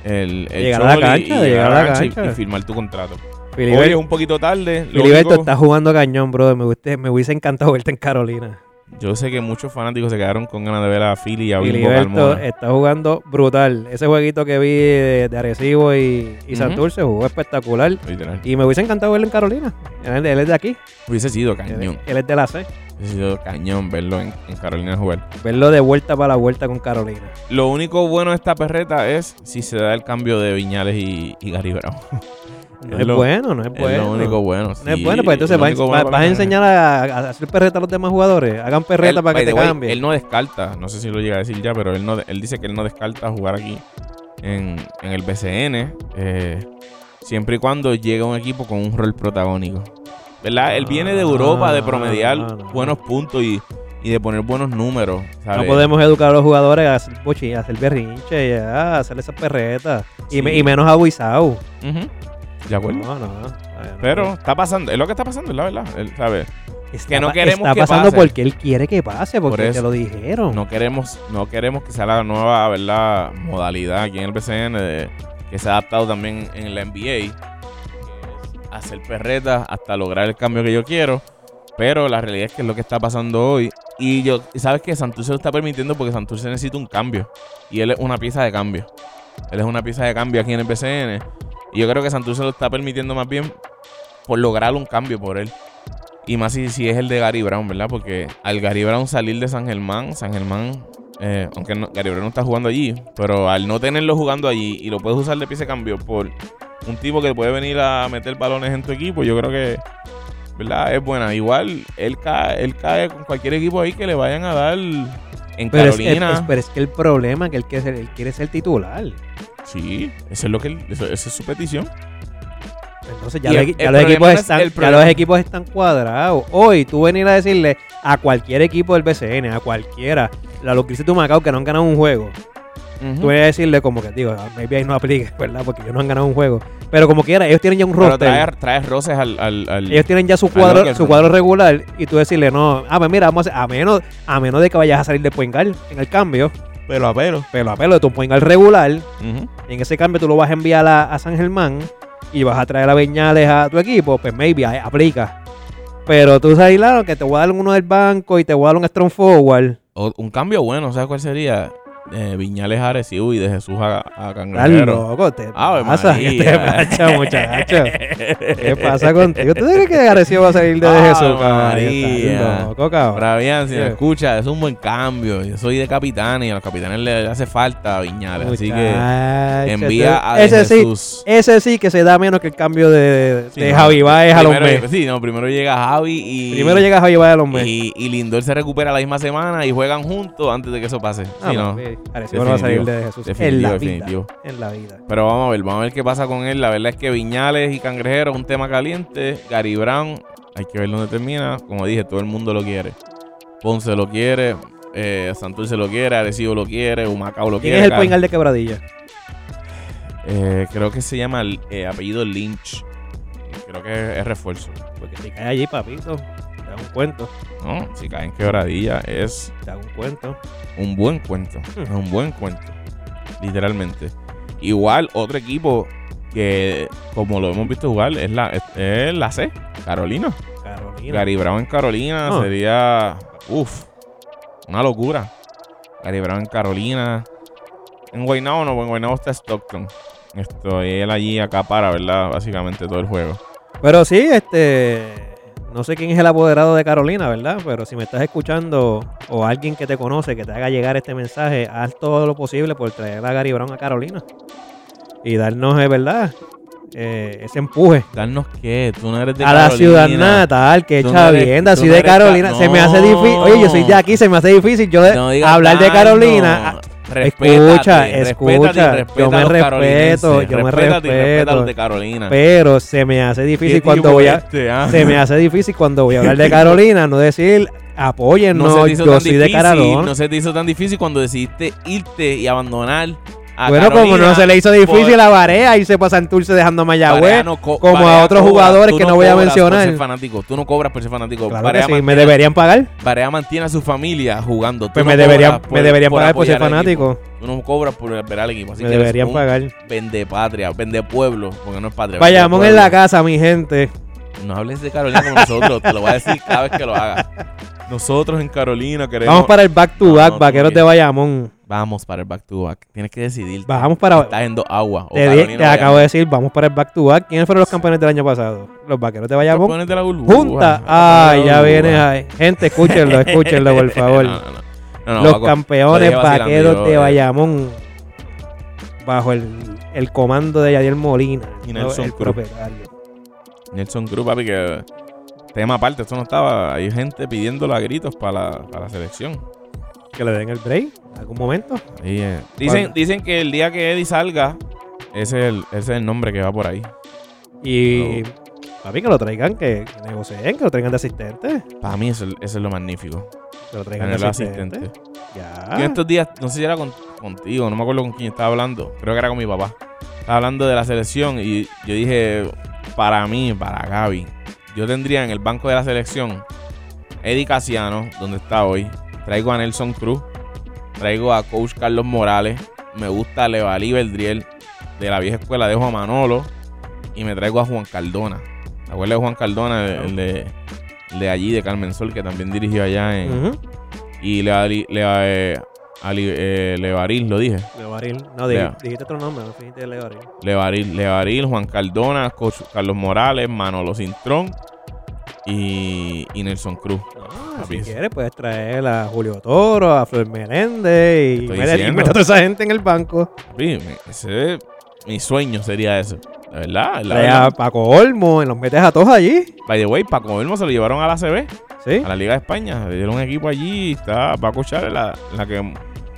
[SPEAKER 1] el, el
[SPEAKER 2] Llegar a la
[SPEAKER 1] chol y-
[SPEAKER 2] cancha,
[SPEAKER 1] y,
[SPEAKER 2] de
[SPEAKER 1] llegar a la cancha y-
[SPEAKER 2] cancha.
[SPEAKER 1] y firmar tu contrato. Hoy es
[SPEAKER 2] Filiber-
[SPEAKER 1] un poquito tarde. lo
[SPEAKER 2] Filiberto
[SPEAKER 1] único-
[SPEAKER 2] está jugando cañón, brother. Me, guste- me hubiese encantado verte en Carolina.
[SPEAKER 1] Yo sé que muchos fanáticos se quedaron con ganas de ver a Philly y a Bimbo
[SPEAKER 2] Filiberto
[SPEAKER 1] Carmona.
[SPEAKER 2] está jugando brutal. Ese jueguito que vi de, de Arecibo y, y
[SPEAKER 1] Ujú.
[SPEAKER 2] Santurce jugó espectacular.
[SPEAKER 1] Literal.
[SPEAKER 2] Y me hubiese encantado verlo en Carolina. Él, él es de aquí.
[SPEAKER 1] Hubiese sido
[SPEAKER 2] Él,
[SPEAKER 1] cañón.
[SPEAKER 2] él es de la C.
[SPEAKER 1] Ha sido cañón verlo en, en Carolina jugar.
[SPEAKER 2] Verlo de vuelta para la vuelta con Carolina.
[SPEAKER 1] Lo único bueno de esta perreta es si se da el cambio de Viñales y, y Gary Brown.
[SPEAKER 2] No
[SPEAKER 1] Es
[SPEAKER 2] es,
[SPEAKER 1] lo-
[SPEAKER 2] bueno, no es
[SPEAKER 1] Es
[SPEAKER 2] bueno.
[SPEAKER 1] lo único bueno.
[SPEAKER 2] No es
[SPEAKER 1] sí,
[SPEAKER 2] bueno, pues entonces
[SPEAKER 1] lo
[SPEAKER 2] vas,
[SPEAKER 1] único
[SPEAKER 2] vas-
[SPEAKER 1] bueno
[SPEAKER 2] vas
[SPEAKER 1] para
[SPEAKER 2] a
[SPEAKER 1] la
[SPEAKER 2] enseñar a, a hacer perreta a los demás jugadores. Hagan perreta
[SPEAKER 1] Él,
[SPEAKER 2] para
[SPEAKER 1] by
[SPEAKER 2] que te
[SPEAKER 1] the way,
[SPEAKER 2] cambien.
[SPEAKER 1] Él no descarta, no sé si lo llega a decir ya, pero él no él dice que él no descarta jugar aquí en, en el BCN. eh, siempre y cuando llegue un equipo con un rol protagónico. ¿Verdad? Él viene de Europa de promediar
[SPEAKER 2] Ah, no.
[SPEAKER 1] buenos puntos y, y de poner buenos números.
[SPEAKER 2] No
[SPEAKER 1] ¿sabes?
[SPEAKER 2] podemos educar a los jugadores a hacer bochi, a hacer berrinche, y a hacer esas perretas. Y,
[SPEAKER 1] Sí.
[SPEAKER 2] me- y menos a Buizao.
[SPEAKER 1] Ujú. ¿De acuerdo?
[SPEAKER 2] No, no. Ay, no.
[SPEAKER 1] Pero está pasando, es lo que está pasando, es la verdad. Él, ¿sabes?
[SPEAKER 2] pues, Está
[SPEAKER 1] que no
[SPEAKER 2] pa-
[SPEAKER 1] queremos
[SPEAKER 2] Está
[SPEAKER 1] que
[SPEAKER 2] pasando
[SPEAKER 1] pase.
[SPEAKER 2] porque él quiere que pase,
[SPEAKER 1] Por
[SPEAKER 2] porque
[SPEAKER 1] eso.
[SPEAKER 2] te lo dijeron.
[SPEAKER 1] No queremos, no queremos que sea la nueva ¿verdad? modalidad aquí en el BCN de- eh, que se ha adaptado también en la NBA. que es Hacer perretas hasta lograr el cambio que yo quiero. Pero la realidad es que es lo que está pasando hoy. Y yo, y sabes que Santurce lo está permitiendo porque Santurce necesita un cambio. Y él es una pieza de cambio. Él es una pieza de cambio aquí en el BCN. Y yo creo que Santurce lo está permitiendo más bien por lograr un cambio por él. Y más si, si es el de Gary Brown, ¿verdad? Porque al Gary Brown salir de San Germán, San Germán, eh, aunque no, Gary Brown no está jugando allí, pero al no tenerlo jugando allí y lo puedes usar de pieza de cambio por un tipo que puede venir a meter balones en tu equipo, yo creo que, ¿verdad? Es buena. Igual él cae, él cae con cualquier equipo ahí que le vayan a dar en
[SPEAKER 2] Pero es,
[SPEAKER 1] Carolina.
[SPEAKER 2] es- pero es que el problema es que él quiere ser, él quiere ser titular.
[SPEAKER 1] Sí, eso es lo que él- eso- esa es su petición.
[SPEAKER 2] Entonces ya,
[SPEAKER 1] Y
[SPEAKER 2] los-
[SPEAKER 1] el-
[SPEAKER 2] ya
[SPEAKER 1] el
[SPEAKER 2] los
[SPEAKER 1] problema
[SPEAKER 2] equipos
[SPEAKER 1] no es
[SPEAKER 2] están,
[SPEAKER 1] el
[SPEAKER 2] ya
[SPEAKER 1] problema.
[SPEAKER 2] los equipos están cuadrados. Hoy tú venir a decirle a cualquier equipo del BCN, a cualquiera, a los Grises de Macao que no han ganado un juego, tú venir a decirle como que, digo, ah, maybe ahí no aplique, ¿verdad? Porque ellos no han ganado un juego. Pero como quiera, ellos tienen ya un
[SPEAKER 1] Pero
[SPEAKER 2] roster.
[SPEAKER 1] traes, traes roces al, al, al-
[SPEAKER 2] Ellos tienen ya su
[SPEAKER 1] Ah, no,
[SPEAKER 2] cuadro,
[SPEAKER 1] que-
[SPEAKER 2] su cuadro regular y tú decirle, no, ah, pues mira, vamos a, hacer- a menos, a menos de que vayas a salir de Poingal en el cambio,
[SPEAKER 1] pelo a pelo.
[SPEAKER 2] pero a pelo de tu Poingal regular, en ese cambio tú lo vas a enviar a, a San Germán y vas a traer a Beñales a tu equipo, pues maybe ahí aplica. Pero tú sabes, claro, que te voy a dar uno del banco y te voy a dar un strong forward.
[SPEAKER 1] O- un cambio bueno, ¿sabes cuál sería? Eh, Viñales a Arecibo y de Jesús a, a
[SPEAKER 2] Estás
[SPEAKER 1] Cangrejero.
[SPEAKER 2] loco, te
[SPEAKER 1] Ah, Ave
[SPEAKER 2] pasa, ¿Qué te
[SPEAKER 1] María.
[SPEAKER 2] pasa, muchacho? ¿Qué pasa contigo? ¿Tú crees que García va a salir de,
[SPEAKER 1] Ave
[SPEAKER 2] Jesús, cabrón?
[SPEAKER 1] María.
[SPEAKER 2] Estás loco, cabrón.
[SPEAKER 1] Bravian, si me
[SPEAKER 2] Sí.
[SPEAKER 1] escucha, es un buen cambio. Yo soy de capitán y a los capitanes le hace falta a Viñales. Así que
[SPEAKER 2] Muchacho,
[SPEAKER 1] envía a
[SPEAKER 2] tú-
[SPEAKER 1] de
[SPEAKER 2] ese sí,
[SPEAKER 1] Jesús.
[SPEAKER 2] ese sí que se da menos que el cambio de,
[SPEAKER 1] Sí,
[SPEAKER 2] de
[SPEAKER 1] no,
[SPEAKER 2] Javi Baez a los
[SPEAKER 1] primero-
[SPEAKER 2] Mets.
[SPEAKER 1] Sí, no, primero llega Javi y.
[SPEAKER 2] Primero llega Javi Baez a los Mets.
[SPEAKER 1] y, y Lindor se recupera la misma semana y juegan juntos antes de que eso pase.
[SPEAKER 2] Ah,
[SPEAKER 1] Sí, no.
[SPEAKER 2] papi, Arecibo no va a salir
[SPEAKER 1] Definitivo,
[SPEAKER 2] de Jesús. en
[SPEAKER 1] definitivo,
[SPEAKER 2] la vida.
[SPEAKER 1] definitivo.
[SPEAKER 2] En la vida.
[SPEAKER 1] Pero vamos a ver, vamos a ver qué pasa con él. La verdad es que Viñales y Cangrejero es un tema caliente. Gary Brown, hay que ver dónde termina. Como dije, todo el mundo lo quiere. Ponce lo quiere, eh, Santurce lo quiere, Arecibo lo quiere, Humacao lo
[SPEAKER 2] ¿Quién
[SPEAKER 1] quiere.
[SPEAKER 2] es el
[SPEAKER 1] Cal-
[SPEAKER 2] poingal de quebradilla?
[SPEAKER 1] Eh, creo que se llama eh, apellido Lynch. Creo que es refuerzo.
[SPEAKER 2] Porque si cae allí, papito, te hago un cuento.
[SPEAKER 1] No, si caen quebradilla, es
[SPEAKER 2] Te hago un cuento.
[SPEAKER 1] un buen cuento.
[SPEAKER 2] Mm.
[SPEAKER 1] Es un buen cuento. Literalmente. Igual, otro equipo que, como lo hemos visto jugar, es la, es, es la C, Carolina.
[SPEAKER 2] Carolina.
[SPEAKER 1] Gary Brown en Carolina
[SPEAKER 2] Ah.
[SPEAKER 1] sería. Uf, una locura. Gary Brown en Carolina. En Guaynabo no, en Guaynabo está Stockton. Esto, y él allí acá para, ¿verdad? Básicamente todo el juego.
[SPEAKER 2] Pero sí, este. No sé quién es el apoderado de Carolina, ¿verdad? Pero si me estás escuchando o alguien que te conoce que te haga llegar este mensaje, haz todo lo posible por traer a Gary Brown a Carolina y darnos, eh, ¿verdad? Eh, ese empuje
[SPEAKER 1] Darnos qué, tú no eres de
[SPEAKER 2] a la ciudad natal, que
[SPEAKER 1] Tú
[SPEAKER 2] es
[SPEAKER 1] no eres-
[SPEAKER 2] Chavienda,
[SPEAKER 1] tú
[SPEAKER 2] soy
[SPEAKER 1] no
[SPEAKER 2] de
[SPEAKER 1] eres ca-
[SPEAKER 2] Carolina. Se me hace
[SPEAKER 1] No.
[SPEAKER 2] difícil. Oye, yo soy de aquí, se me hace difícil. Yo de-
[SPEAKER 1] No digas
[SPEAKER 2] Eh, hablar de
[SPEAKER 1] tanto.
[SPEAKER 2] Carolina. ah,
[SPEAKER 1] Respétate,
[SPEAKER 2] escucha,
[SPEAKER 1] respétate y
[SPEAKER 2] escucha. Yo me
[SPEAKER 1] respeta a los
[SPEAKER 2] respeto,
[SPEAKER 1] carolinenses.
[SPEAKER 2] yo me
[SPEAKER 1] Respétate y respeta a
[SPEAKER 2] respeto.
[SPEAKER 1] los de Carolina.
[SPEAKER 2] ah, Pero se me hace
[SPEAKER 1] ¿Qué
[SPEAKER 2] difícil cuando
[SPEAKER 1] tipo
[SPEAKER 2] voy a.
[SPEAKER 1] este, ah?
[SPEAKER 2] Se me hace difícil cuando voy a hablar de Carolina, no decir
[SPEAKER 1] no,
[SPEAKER 2] apóyennos,
[SPEAKER 1] se te hizo
[SPEAKER 2] yo
[SPEAKER 1] tan
[SPEAKER 2] soy
[SPEAKER 1] difícil,
[SPEAKER 2] de Carolina.
[SPEAKER 1] no se te hizo tan difícil cuando decidiste irte y abandonar a
[SPEAKER 2] bueno, como
[SPEAKER 1] Carolina
[SPEAKER 2] no se le hizo difícil
[SPEAKER 1] por-
[SPEAKER 2] a Varea irse para Santurce dejando a Mayagüez.
[SPEAKER 1] Barea no co-
[SPEAKER 2] como a
[SPEAKER 1] Barea
[SPEAKER 2] otros
[SPEAKER 1] cobra,
[SPEAKER 2] jugadores
[SPEAKER 1] tú
[SPEAKER 2] que no voy a
[SPEAKER 1] cobras
[SPEAKER 2] mencionar.
[SPEAKER 1] Por ser fanático. Tú no cobras por ser fanático.
[SPEAKER 2] Claro que
[SPEAKER 1] Barea,
[SPEAKER 2] sí, me
[SPEAKER 1] mantiene,
[SPEAKER 2] deberían pagar.
[SPEAKER 1] Barea mantiene a su familia jugando. Tú
[SPEAKER 2] Pues
[SPEAKER 1] no
[SPEAKER 2] me deberían,
[SPEAKER 1] cobras
[SPEAKER 2] me deberían pagar por ser
[SPEAKER 1] apoyar al equipo.
[SPEAKER 2] fanático.
[SPEAKER 1] Tú no cobras por ver al equipo. Así
[SPEAKER 2] Me
[SPEAKER 1] que eres
[SPEAKER 2] deberían
[SPEAKER 1] un
[SPEAKER 2] pagar.
[SPEAKER 1] Vende patria, vende pueblo, porque no es patria. vende
[SPEAKER 2] Vayamos en
[SPEAKER 1] pueblo.
[SPEAKER 2] la casa, mi gente.
[SPEAKER 1] No hables de Carolina como nosotros, te lo voy a decir cada vez que lo hagas. Nosotros en Carolina queremos.
[SPEAKER 2] Vamos para el back to
[SPEAKER 1] No,
[SPEAKER 2] back,
[SPEAKER 1] no,
[SPEAKER 2] vaqueros
[SPEAKER 1] tú
[SPEAKER 2] de Bayamón.
[SPEAKER 1] Vamos para el back to back. Tienes que decidir.
[SPEAKER 2] Bajamos para.
[SPEAKER 1] Estás en dos aguas.
[SPEAKER 2] Te, di- te acabo de decir, vamos para el back to back. ¿Quiénes fueron los campeones del año pasado? Los vaqueros de Bayamón.
[SPEAKER 1] Ponete la burbuja.
[SPEAKER 2] Junta.
[SPEAKER 1] Ponete la
[SPEAKER 2] Ay, ya
[SPEAKER 1] burbuja.
[SPEAKER 2] viene. ay. Gente, escúchenlo, escúchenlo, por favor.
[SPEAKER 1] No, no, no. No, no,
[SPEAKER 2] los
[SPEAKER 1] Paco,
[SPEAKER 2] campeones
[SPEAKER 1] estoy vacilando,
[SPEAKER 2] vaqueros
[SPEAKER 1] yo,
[SPEAKER 2] de
[SPEAKER 1] eh,
[SPEAKER 2] Bayamón. Bajo el, el comando de Yadier Molina.
[SPEAKER 1] Y
[SPEAKER 2] ¿no?
[SPEAKER 1] Nelson
[SPEAKER 2] el
[SPEAKER 1] Cruz.
[SPEAKER 2] propietario.
[SPEAKER 1] Nelson Cruz, papi, que tema aparte, esto no estaba. Hay gente pidiéndolo a gritos para la, para la selección.
[SPEAKER 2] Que le den el break. ¿Algún momento?
[SPEAKER 1] Ahí, eh, Dicen, dicen que el día que Eddie salga, ese es el, ese es el nombre que va por ahí.
[SPEAKER 2] Y. Papi, que lo traigan, que que negocien, que lo traigan de asistente.
[SPEAKER 1] Para mí, eso, es- eso es lo magnífico.
[SPEAKER 2] Que lo traigan de
[SPEAKER 1] Tener
[SPEAKER 2] asistente.
[SPEAKER 1] asistente. Yo en
[SPEAKER 2] Ya.
[SPEAKER 1] estos días, no sé si era con- contigo, no me acuerdo con quién estaba hablando. Creo que era con mi papá. Estaba hablando de la selección y yo dije, para mí, para Gaby, yo tendría en el banco de la selección Eddie Casiano, donde está hoy. Traigo a Nelson Cruz. Traigo a Coach Carlos Morales. Me gusta Levalí Beldriel. De la vieja escuela dejo a Manolo. Y me traigo a Juan Cardona. ¿Te acuerdas de Juan Cardona? El, el de, el de allí, de Carmen Sol, que también dirigió allá en,
[SPEAKER 2] Ujú.
[SPEAKER 1] y le, va a li- le va, eh, Ali, eh, Levaril, lo dije.
[SPEAKER 2] Levaril. No, di-
[SPEAKER 1] Lea.
[SPEAKER 2] dijiste otro nombre, no dijiste Levaril.
[SPEAKER 1] Levaril, Levaril, Juan Cardona, Coach Carlos Morales, Manolo Cintrón y, y Nelson Cruz.
[SPEAKER 2] Ah, si
[SPEAKER 1] Papi,
[SPEAKER 2] quieres, puedes traer a Julio Toro, a Flor Meléndez y
[SPEAKER 1] estoy
[SPEAKER 2] meter- y
[SPEAKER 1] diciendo.
[SPEAKER 2] meter a toda esa gente en el banco.
[SPEAKER 1] papi, me- ese- mi sueño sería eso. La verdad, la
[SPEAKER 2] Trae a
[SPEAKER 1] verdad.
[SPEAKER 2] Paco Olmo, y los metes a todos allí.
[SPEAKER 1] By the way, Paco Elmo se lo llevaron a la CB,
[SPEAKER 2] Sí.
[SPEAKER 1] a la Liga de España. Le dieron un equipo allí. Está Paco Chávez, la, la que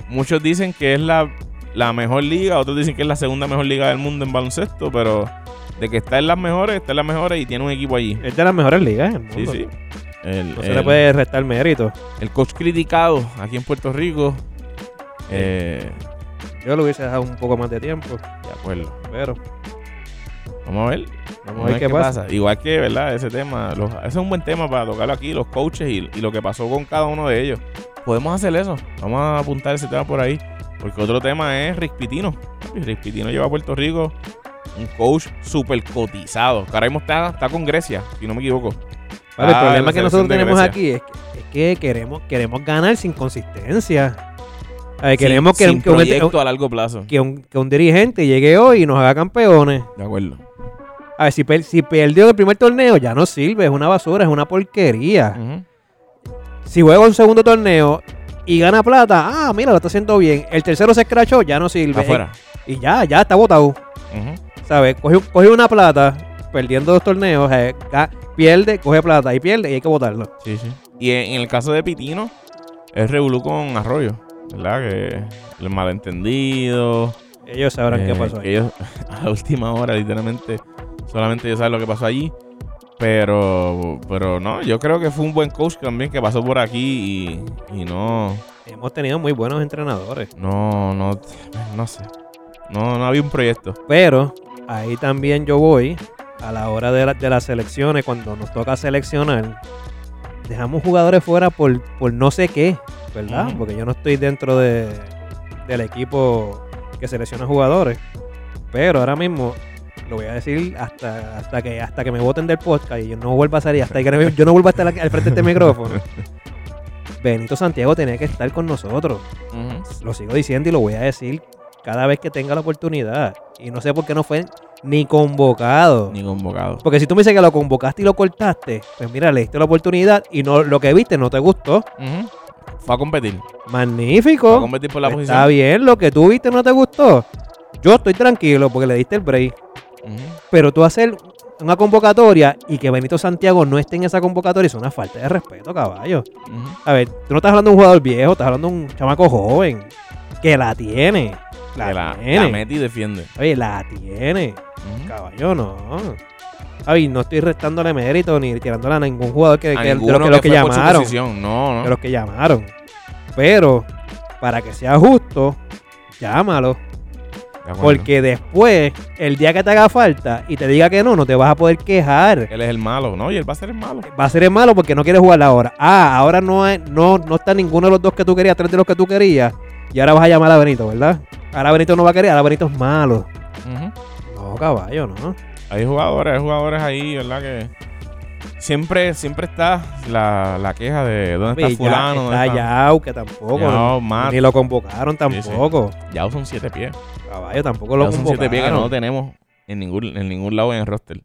[SPEAKER 1] muchos dicen que es la, la mejor liga, otros dicen que es la segunda mejor liga del mundo en baloncesto, pero de que está en las mejores, está en las mejores y tiene un equipo allí.
[SPEAKER 2] Es de las mejores ligas del
[SPEAKER 1] Sí,
[SPEAKER 2] mundo.
[SPEAKER 1] sí. Eh, El-
[SPEAKER 2] No se
[SPEAKER 1] el-
[SPEAKER 2] le puede restar mérito.
[SPEAKER 1] El coach criticado aquí en Puerto Rico. Eh,
[SPEAKER 2] Yo lo hubiese dejado un poco más de tiempo,
[SPEAKER 1] de acuerdo.
[SPEAKER 2] pero
[SPEAKER 1] Vamos a ver.
[SPEAKER 2] vamos a ver qué pasa.
[SPEAKER 1] Igual que, ¿verdad? Ese tema. los- ese es un buen tema para tocarlo aquí, los coaches y, y lo que pasó con cada uno de ellos. Podemos hacer eso. Vamos a apuntar ese tema por ahí. Porque otro tema es Rispitino. Rispitino lleva a Puerto Rico un coach súper cotizado. Que ahora mismo está, está con Grecia, si no me equivoco.
[SPEAKER 2] Vale, el
[SPEAKER 1] Ah,
[SPEAKER 2] problema
[SPEAKER 1] la
[SPEAKER 2] que
[SPEAKER 1] selección
[SPEAKER 2] nosotros
[SPEAKER 1] de
[SPEAKER 2] tenemos
[SPEAKER 1] Grecia.
[SPEAKER 2] aquí es que, es que queremos, queremos ganar sin consistencia. A
[SPEAKER 1] Sin-
[SPEAKER 2] ver, Eh, queremos que,
[SPEAKER 1] sin
[SPEAKER 2] que un,
[SPEAKER 1] proyecto a largo plazo.
[SPEAKER 2] que un- que un dirigente llegue hoy y nos haga campeones.
[SPEAKER 1] De acuerdo.
[SPEAKER 2] A ver, si, per- si perdió el primer torneo, ya no sirve, es una basura, es una porquería.
[SPEAKER 1] Ujú.
[SPEAKER 2] Si juega un segundo torneo y gana plata, ah, mira, lo está haciendo bien. El tercero se escrachó, ya no sirve. Eh,
[SPEAKER 1] Afuera.
[SPEAKER 2] Y ya, ya está botado.
[SPEAKER 1] Ujú.
[SPEAKER 2] ¿Sabes? Coge, coge una plata, perdiendo dos torneos, eh, ga- pierde, coge plata y pierde y hay que botarlo.
[SPEAKER 1] Sí, sí. Y en en el caso de Pitino, es revolú con Arroyo, ¿verdad? Que el malentendido.
[SPEAKER 2] Ellos sabrán
[SPEAKER 1] eh,
[SPEAKER 2] qué pasó ahí.
[SPEAKER 1] que ellos, a la última hora, literalmente, solamente ellos saben lo que pasó allí. Pero, pero no, yo creo que fue un buen coach también que pasó por aquí y, y no,
[SPEAKER 2] Hemos tenido muy buenos entrenadores.
[SPEAKER 1] no, no, no sé. No, no había un proyecto.
[SPEAKER 2] Pero ahí también yo voy a la hora de, la- de las selecciones, cuando nos toca seleccionar, dejamos jugadores fuera por, por no sé qué, ¿verdad?
[SPEAKER 1] Ujú.
[SPEAKER 2] Porque yo no estoy dentro de, del equipo que selecciona jugadores. Pero ahora mismo lo voy a decir hasta, hasta que hasta que me voten del podcast y yo no vuelva a salir, hasta que no me- yo no vuelva a estar aquí al frente de este micrófono. Benito Santiago tenía que estar con nosotros lo sigo diciendo y lo voy a decir cada vez que tenga la oportunidad. Y no sé por qué no fue ni convocado.
[SPEAKER 1] Ni convocado.
[SPEAKER 2] Porque si tú me dices que lo convocaste y lo cortaste, pues mira, le diste la oportunidad y no lo que viste no te gustó.
[SPEAKER 1] Ujú. Fue a competir. Fue a
[SPEAKER 2] Magnífico.
[SPEAKER 1] competir por la
[SPEAKER 2] Está
[SPEAKER 1] posición.
[SPEAKER 2] bien, lo que tú viste no te gustó. Yo estoy tranquilo porque le diste el break.
[SPEAKER 1] Ujú.
[SPEAKER 2] Pero tú hacer una convocatoria y que Benito Santiago no esté en esa convocatoria es una falta de respeto, caballo.
[SPEAKER 1] Ujú.
[SPEAKER 2] A ver, tú no estás hablando de un jugador viejo, estás hablando de un chamaco joven que la tiene. La,
[SPEAKER 1] Que la,
[SPEAKER 2] tiene.
[SPEAKER 1] la mete y defiende.
[SPEAKER 2] Oye, la tiene.
[SPEAKER 1] Ujú.
[SPEAKER 2] Caballo, no. Ay, no estoy restándole mérito ni tirándole a ningún jugador que,
[SPEAKER 1] a
[SPEAKER 2] que- de los que,
[SPEAKER 1] ninguno
[SPEAKER 2] los que
[SPEAKER 1] fue por su
[SPEAKER 2] llamaron.
[SPEAKER 1] posición. No, no.
[SPEAKER 2] De los que llamaron. Pero, para que sea justo, llámalo.
[SPEAKER 1] De acuerdo.
[SPEAKER 2] Porque después, el día que te haga falta y te diga que no, no te vas a poder quejar.
[SPEAKER 1] él es el malo, ¿no? Y él va a ser el malo.
[SPEAKER 2] Va a ser el malo porque no quieres jugar ahora. Ah, ahora no, hay- no, no está ninguno de los dos que tú querías, tres de los que tú querías. Y ahora vas a llamar a Benito, ¿verdad? Ahora Benito no va a querer, ahora Benito es malo. No, caballo, no.
[SPEAKER 1] Hay jugadores, hay jugadores ahí, ¿verdad? Que siempre, siempre está la, la queja de dónde
[SPEAKER 2] Y
[SPEAKER 1] está
[SPEAKER 2] ya
[SPEAKER 1] fulano,
[SPEAKER 2] Está
[SPEAKER 1] dónde está.
[SPEAKER 2] Yao, que tampoco.
[SPEAKER 1] Yao,
[SPEAKER 2] ni-
[SPEAKER 1] Matt.
[SPEAKER 2] Ni lo convocaron
[SPEAKER 1] sí.
[SPEAKER 2] tampoco.
[SPEAKER 1] Ya son siete pies.
[SPEAKER 2] Caballo, tampoco lo
[SPEAKER 1] Ya son siete pies que no lo
[SPEAKER 2] convocaron.
[SPEAKER 1] tenemos en ningún, en ningún lado en el roster.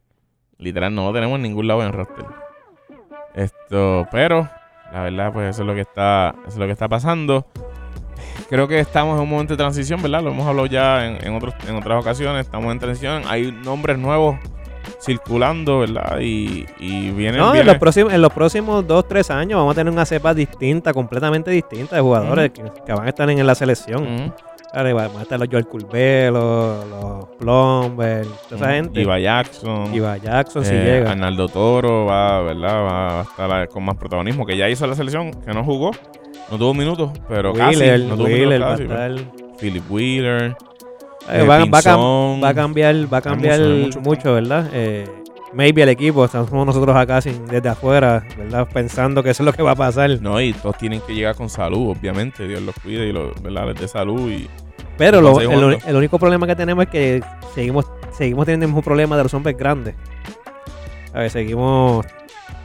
[SPEAKER 1] Literal, no lo tenemos en ningún lado en el roster. Esto, pero, la verdad, pues eso es lo que está, eso es lo que está pasando. Creo que estamos en un momento de transición, ¿verdad? Lo hemos hablado ya en, en otros, en otras ocasiones. Estamos en transición. Hay nombres nuevos circulando, ¿verdad? Y, y vienen.
[SPEAKER 2] No, en
[SPEAKER 1] vienen-
[SPEAKER 2] los, próximos, en los próximos dos, tres años vamos a tener una cepa distinta, completamente distinta de jugadores que, que van a estar en, en la selección.
[SPEAKER 1] Ujú.
[SPEAKER 2] Dale, van a estar los Joel Curbelo, los, los Plumber, toda esa
[SPEAKER 1] Ujú.
[SPEAKER 2] gente.
[SPEAKER 1] Iba Jackson.
[SPEAKER 2] Iba Jackson si
[SPEAKER 1] Eh,
[SPEAKER 2] llega.
[SPEAKER 1] Arnaldo Toro va, ¿verdad? Va a estar con más protagonismo. Que ya hizo la selección, que no jugó. No tuvo minutos, pero
[SPEAKER 2] Wheeler,
[SPEAKER 1] casi. No tuvo
[SPEAKER 2] Wheeler va a
[SPEAKER 1] minutos casi,
[SPEAKER 2] estar.
[SPEAKER 1] pero- Philip Wheeler.
[SPEAKER 2] Eh,
[SPEAKER 1] eh,
[SPEAKER 2] va, va a cam-
[SPEAKER 1] Pinzón.
[SPEAKER 2] va a cambiar, va a cambiar
[SPEAKER 1] mucho, hay
[SPEAKER 2] mucho,
[SPEAKER 1] mucho.
[SPEAKER 2] ¿verdad? Eh, maybe el equipo, estamos nosotros acá sin, desde afuera, ¿verdad? Pensando que eso es lo que va a pasar.
[SPEAKER 1] No, y todos tienen que llegar con salud, obviamente. Dios los cuide y los, ¿verdad? les dé salud. Y,
[SPEAKER 2] Pero lo-
[SPEAKER 1] Entonces,
[SPEAKER 2] el,
[SPEAKER 1] ¿cuándo?
[SPEAKER 2] el único problema que tenemos es que seguimos, seguimos teniendo el mismo problema de los hombres grandes. A ver, seguimos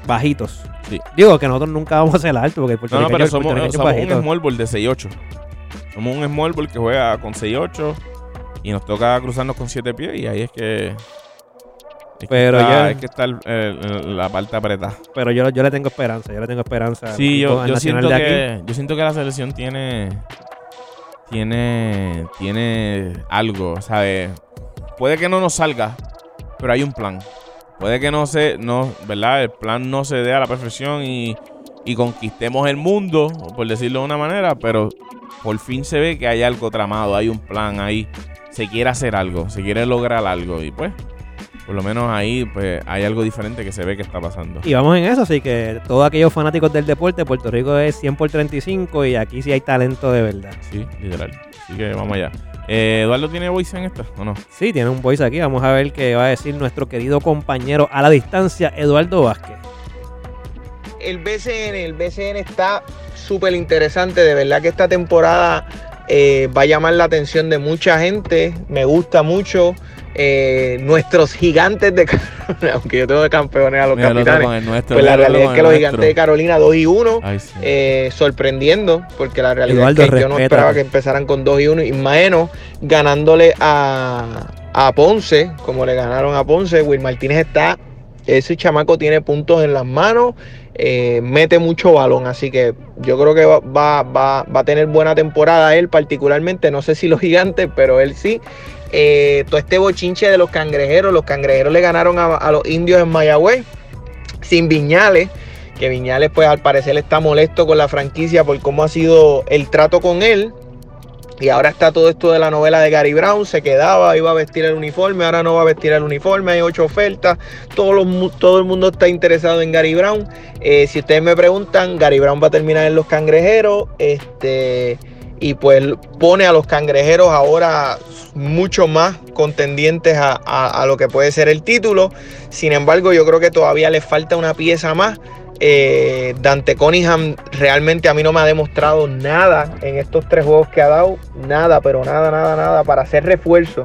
[SPEAKER 2] bajitos.
[SPEAKER 1] Sí.
[SPEAKER 2] Digo que nosotros nunca vamos a ser altos porque el
[SPEAKER 1] no, no,
[SPEAKER 2] puertorriqueño,
[SPEAKER 1] pero
[SPEAKER 2] el
[SPEAKER 1] somos,
[SPEAKER 2] puertorriqueño es
[SPEAKER 1] somos un
[SPEAKER 2] bajito.
[SPEAKER 1] small ball de 6'8. Somos un small ball que juega con 6-8 y nos toca cruzarnos con 7 pies y ahí es que. es que
[SPEAKER 2] Pero
[SPEAKER 1] está-
[SPEAKER 2] ya-
[SPEAKER 1] Es que está el- el- la parte apretada.
[SPEAKER 2] Pero yo, yo le tengo esperanza, yo le tengo esperanza.
[SPEAKER 1] Sí,
[SPEAKER 2] al-
[SPEAKER 1] yo,
[SPEAKER 2] al
[SPEAKER 1] yo
[SPEAKER 2] nacional
[SPEAKER 1] siento
[SPEAKER 2] de aquí.
[SPEAKER 1] que, yo siento que la selección tiene. Tiene. Tiene algo, ¿sabes? Puede que no nos salga, pero hay un plan. Puede que no se. No, ¿verdad? El plan no se dé a la perfección y, y conquistemos el mundo, por decirlo de una manera, pero por fin se ve que hay algo tramado, hay un plan ahí. Se quiere hacer algo, se quiere lograr algo y pues. Por lo menos ahí pues, hay algo diferente que se ve que está pasando.
[SPEAKER 2] Y vamos en eso, así que todos aquellos fanáticos del deporte, Puerto Rico es 100 por 35 y aquí sí hay talento de verdad.
[SPEAKER 1] Sí, literal. Así que vamos allá. Eh, ¿Eduardo tiene voice en esta o no?
[SPEAKER 2] Sí, tiene un voice aquí, vamos a ver qué va a decir nuestro querido compañero a la distancia, Eduardo Vázquez.
[SPEAKER 3] El BCN, el BCN está súper interesante, de verdad que esta temporada eh, va a llamar la atención de mucha gente, me gusta mucho. eh, nuestros gigantes de Carolina, aunque yo tengo de campeones a los
[SPEAKER 1] Mira, el otro
[SPEAKER 3] capitanes,
[SPEAKER 1] con el nuestro.
[SPEAKER 3] pues la
[SPEAKER 1] mira el otro
[SPEAKER 3] realidad es
[SPEAKER 1] con
[SPEAKER 3] que
[SPEAKER 1] el
[SPEAKER 3] los
[SPEAKER 1] nuestro.
[SPEAKER 3] gigantes de Carolina 2 y 1
[SPEAKER 1] Ay, sí.
[SPEAKER 3] eh, sorprendiendo, porque la realidad
[SPEAKER 2] Eduardo,
[SPEAKER 3] es que yo no
[SPEAKER 2] respeta.
[SPEAKER 3] esperaba que empezaran con 2 y 1 y menos ganándole a, a Ponce, como le ganaron a Ponce. Will Martínez está, ese chamaco tiene puntos en las manos, eh, mete mucho balón, así que yo creo que va, va, va- va a tener buena temporada él particularmente, no sé si los gigantes, pero él sí. Eh, todo este bochinche de los cangrejeros, los cangrejeros le ganaron a, a los indios en Mayagüez, sin viñales que Viñales pues al parecer está molesto con la franquicia por cómo ha sido el trato con él. Y ahora está todo esto de la novela de Gary Brown, se quedaba, iba a vestir el uniforme, ahora no va a vestir el uniforme, hay ocho ofertas, todo, todo el mundo está interesado en Gary Brown. Eh, si ustedes me preguntan, Gary Brown va a terminar en los cangrejeros, este, y pues pone a los cangrejeros ahora mucho más contendientes a- a- a lo que puede ser el título. Sin embargo, yo creo que todavía le falta una pieza más. Eh, Dante Cunningham realmente a mí no me ha demostrado nada en estos tres juegos que ha dado. Nada, pero nada, nada, nada. Para hacer refuerzo,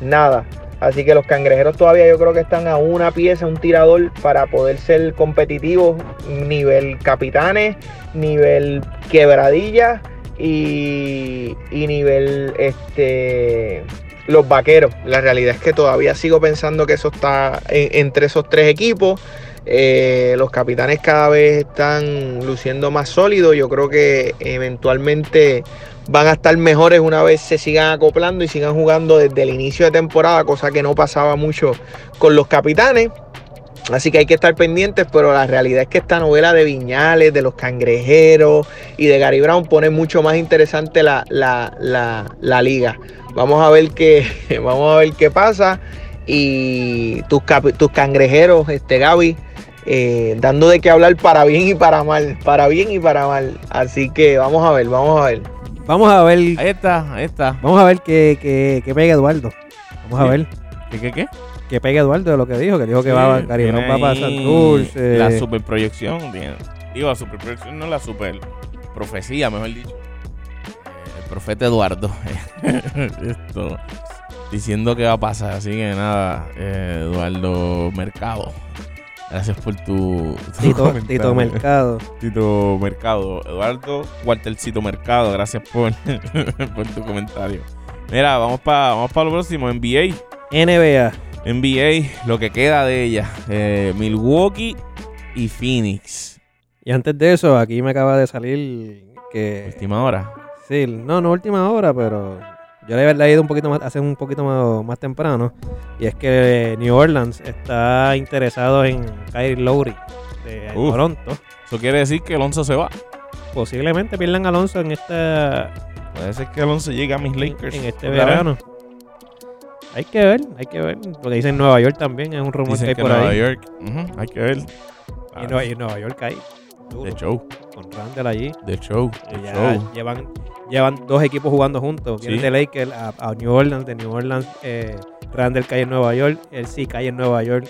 [SPEAKER 3] nada. Así que los cangrejeros todavía yo creo que están a una pieza, un tirador para poder ser competitivos, nivel capitanes, nivel quebradilla y, y nivel este los vaqueros. La realidad es que todavía sigo pensando que eso está en- entre esos tres equipos. Eh, los capitanes cada vez están luciendo más sólidos. Yo creo que eventualmente van a estar mejores una vez se sigan acoplando y sigan jugando desde el inicio de temporada, cosa que no pasaba mucho con los capitanes. Así que hay que estar pendientes, pero la realidad es que esta novela de Viñales, de los cangrejeros y de Gary Brown pone mucho más interesante la, la- la- la liga. Vamos a ver qué, vamos a ver qué pasa. Y tus, capi- tus cangrejeros, este Gaby, eh, dando de qué hablar para bien y para mal, para bien y para mal. Así que vamos a ver, vamos a ver.
[SPEAKER 2] Vamos a ver,
[SPEAKER 1] Ahí está, ahí está.
[SPEAKER 2] vamos a ver qué, qué, qué pega Eduardo. Vamos a
[SPEAKER 1] Sí.
[SPEAKER 2] ver
[SPEAKER 1] ¿Qué, qué, qué?
[SPEAKER 2] qué pega Eduardo de lo que dijo, que dijo que va,
[SPEAKER 1] Sí,
[SPEAKER 2] Gary Brown
[SPEAKER 1] tiene
[SPEAKER 2] va para
[SPEAKER 1] ahí
[SPEAKER 2] Santurce.
[SPEAKER 1] La superproyección. tiene- Digo, la superproyección no la super profecía, mejor dicho. Eh, El profeta Eduardo. Esto. Diciendo que va a pasar. Así que nada, eh, Eduardo Mercado. Gracias por tu. tu
[SPEAKER 2] Tito,
[SPEAKER 1] comentario.
[SPEAKER 2] Tito Mercado.
[SPEAKER 1] Tito Mercado. Eduardo Waltercito Mercado, gracias por, por tu comentario. Mira, vamos para vamos pa lo próximo, NBA.
[SPEAKER 2] NBA.
[SPEAKER 1] NBA, lo que queda de ella. Eh, Milwaukee y Phoenix.
[SPEAKER 2] Y antes de eso, aquí me acaba de salir que
[SPEAKER 1] Última hora.
[SPEAKER 2] Sí, no, no última hora, pero yo le había ido un poquito más, hace un poquito más, más temprano. Y es que eh, New Orleans está interesado en Kyrie Lowry de
[SPEAKER 1] Uf.
[SPEAKER 2] Toronto.
[SPEAKER 1] Eso quiere decir que Alonso se va.
[SPEAKER 2] Posiblemente pierdan a Alonso en esta
[SPEAKER 1] Puede ser que Alonso llegue a mis Lakers.
[SPEAKER 2] en este
[SPEAKER 1] otra vez.
[SPEAKER 2] verano. Hay que ver, hay que ver. Porque dicen Nueva York también, es un rumor que
[SPEAKER 1] Dicen
[SPEAKER 2] hay
[SPEAKER 1] que
[SPEAKER 2] por
[SPEAKER 1] Nueva
[SPEAKER 2] ahí.
[SPEAKER 1] York. Ujú, hay que ver. Ah,
[SPEAKER 2] Y, Nueva, y Nueva York hay. duro,
[SPEAKER 1] de show,
[SPEAKER 2] Con Randall allí.
[SPEAKER 1] de show,
[SPEAKER 2] que
[SPEAKER 1] de
[SPEAKER 2] Eh, ya
[SPEAKER 1] show.
[SPEAKER 2] llevan, llevan dos equipos jugando juntos. Vienen
[SPEAKER 1] Oh. Sí.
[SPEAKER 2] de Lakers a, a New Orleans, de New Orleans, eh, Randall cae en Nueva York, él sí cae en Nueva York.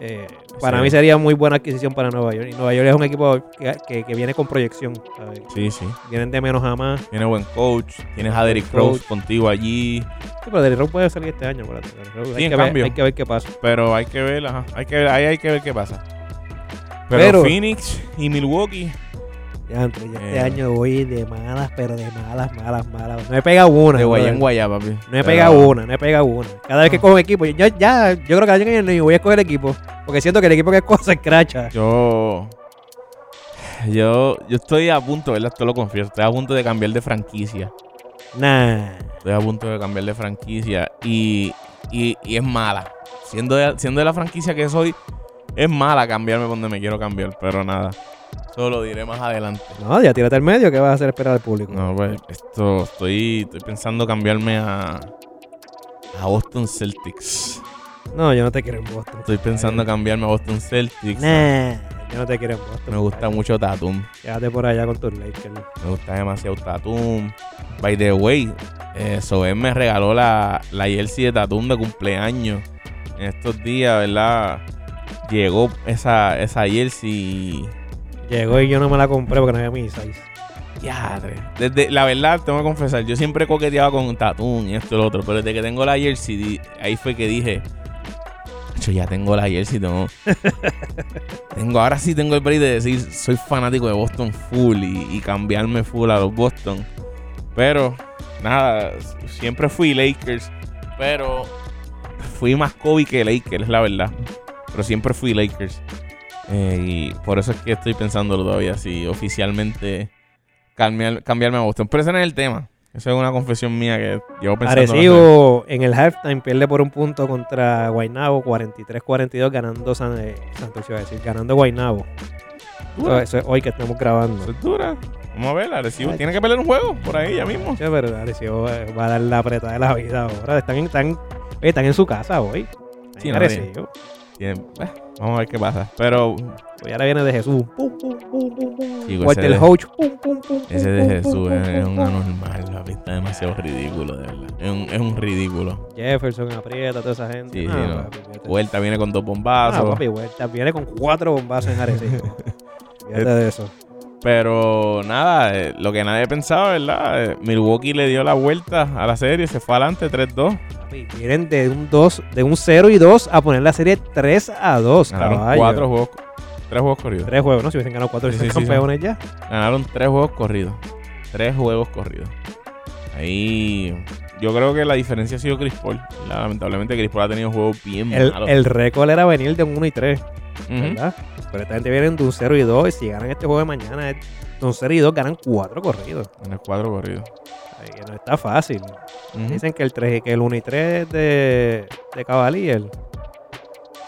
[SPEAKER 2] Eh, para
[SPEAKER 1] Sí.
[SPEAKER 2] mí sería muy buena adquisición para Nueva York. Y Nueva York es un equipo que, que- que viene con proyección. ¿sabes?
[SPEAKER 1] Sí, sí.
[SPEAKER 2] Vienen de menos a más. Sí,
[SPEAKER 1] Tiene buen coach. Tienes a Derrick
[SPEAKER 2] Coach.
[SPEAKER 1] Rose contigo allí.
[SPEAKER 2] pero Derrick Rose puede salir este año. acuérdate. Derrick Rose,
[SPEAKER 1] Sí,
[SPEAKER 2] hay,
[SPEAKER 1] en
[SPEAKER 2] que ver,
[SPEAKER 1] cambio.
[SPEAKER 2] hay que ver qué pasa.
[SPEAKER 1] Pero hay que ver, ajá, hay que ver, ahí hay que ver qué pasa. Pero,
[SPEAKER 2] Pero-
[SPEAKER 1] Phoenix y Milwaukee
[SPEAKER 2] Ya, entre, yo este
[SPEAKER 1] Eh.
[SPEAKER 2] año voy de malas, pero de malas, malas, malas. No he pegado una.
[SPEAKER 1] De guayá en
[SPEAKER 2] brother.
[SPEAKER 1] guayá, papi.
[SPEAKER 2] No he
[SPEAKER 1] Pero-
[SPEAKER 2] pegado una, no he pegado una. Cada vez que cojo un equipo, yo, ya, yo creo que cada año que viene voy a escoger equipo. Porque siento que el equipo que escojo se escracha.
[SPEAKER 1] Yo. Yo, yo estoy a punto, ¿verdad? Esto lo confieso. Estoy a punto de cambiar de franquicia.
[SPEAKER 2] Nah.
[SPEAKER 1] Estoy a punto de cambiar de franquicia. Y, y, y es mala. Siendo de, siendo de la franquicia que soy, es mala cambiarme por donde me quiero cambiar. Pero nada. Eso lo diré más adelante.
[SPEAKER 2] No, ya tírate al medio, que vas a hacer esperar al público?
[SPEAKER 1] No, pues esto. Estoy, estoy pensando cambiarme a. A Boston Celtics.
[SPEAKER 2] No, yo no te quiero en Boston.
[SPEAKER 1] Estoy pensando cambiarme a Boston Celtics.
[SPEAKER 2] Nah, yo no te quiero en Boston.
[SPEAKER 1] Me gusta mucho Tatum.
[SPEAKER 2] Quédate por allá con tus Lakers.
[SPEAKER 1] Me gusta demasiado Tatum. By the way, eh, Soben me regaló la, la jersey de Tatum de cumpleaños. En estos días, ¿verdad? Llegó esa, esa jersey.
[SPEAKER 2] Llegó y yo no me la compré porque no había mi size.
[SPEAKER 1] Yadre. Desde, la verdad, tengo que confesar, yo siempre coqueteaba con Tatum y esto y lo otro. Pero desde que tengo la jersey, di- ahí fue que dije. Yo ya tengo la jersey, tengo. tengo ahora sí tengo el break de decir, soy fanático de Boston full y, y cambiarme full a los Boston. Pero, nada, siempre fui Lakers. Pero fui más Kobe que Lakers, la verdad. Pero siempre fui Lakers. Eh, y por eso es que estoy pensándolo todavía, si oficialmente cambiar- cambiarme a Boston. Pero ese no es el tema. Esa es una confesión mía que llevo pensando.
[SPEAKER 2] Arecibo en el halftime pierde por un punto contra Guaynabo, 43-42, ganando San, eh, Santurce, iba a decir, ganando Guaynabo. Eso, eso es hoy que estamos grabando.
[SPEAKER 1] Eso es dura. Vamos a ver, Arecibo tiene que pelear un juego por ahí ya mismo.
[SPEAKER 2] Che, pero Arecibo eh, va a dar la apretada de la vida ahora. Están en, están, oye, están en su casa hoy.
[SPEAKER 1] Sí,
[SPEAKER 2] En
[SPEAKER 1] no,
[SPEAKER 2] Arecibo.
[SPEAKER 1] Tiene- eh, vamos a ver qué pasa. Pero,
[SPEAKER 2] Pues ahora viene de Jesús.
[SPEAKER 1] chico, ese
[SPEAKER 2] Walter
[SPEAKER 1] de,
[SPEAKER 2] Hoch.
[SPEAKER 1] ese de Jesús es, es un anormal, papi. Está demasiado ridículo, de verdad. Es un, es un ridículo.
[SPEAKER 2] Jefferson aprieta a toda esa gente.
[SPEAKER 1] Sí,
[SPEAKER 2] No,
[SPEAKER 1] sí, no.
[SPEAKER 2] Ah, papi, fíjate.
[SPEAKER 1] Vuelta viene con dos
[SPEAKER 2] Ah,
[SPEAKER 1] bombazos.
[SPEAKER 2] papi, vuelta. Viene con cuatro bombazos en Arecibo. Fíjate de eso.
[SPEAKER 1] Pero nada, eh, lo que nadie pensaba, ¿verdad? Eh, Milwaukee le dio la vuelta a la serie, se fue adelante 3-2.
[SPEAKER 2] Papi, Vienen de un 2, de un 0 y 2 a poner la serie 3 a 2.
[SPEAKER 1] Ganaron
[SPEAKER 2] caballo.
[SPEAKER 1] cuatro juegos, tres juegos corridos.
[SPEAKER 2] Tres juegos, ¿no? Si hubiesen ganado cuatro,
[SPEAKER 1] Sí,
[SPEAKER 2] hubiesen
[SPEAKER 1] sí, sí,
[SPEAKER 2] campeones ya.
[SPEAKER 1] Ganaron tres juegos corridos. Tres juegos corridos. Ahí yo creo que la diferencia ha sido Chris Paul. La- Lamentablemente Chris Paul ha tenido juegos bien
[SPEAKER 2] El,
[SPEAKER 1] malos.
[SPEAKER 2] el récord era venir de un 1 y 3,
[SPEAKER 1] Ujú.
[SPEAKER 2] ¿verdad? Pero esta gente viene de un 0 y 2 y si ganan este juego de mañana, es- de un 0 y 2 ganan cuatro corridos.
[SPEAKER 1] En el cuadro corrido.
[SPEAKER 2] Ay, que no está fácil.
[SPEAKER 1] Ujú.
[SPEAKER 2] Dicen que el 3, que el 1 y 3 de, de Cavalier.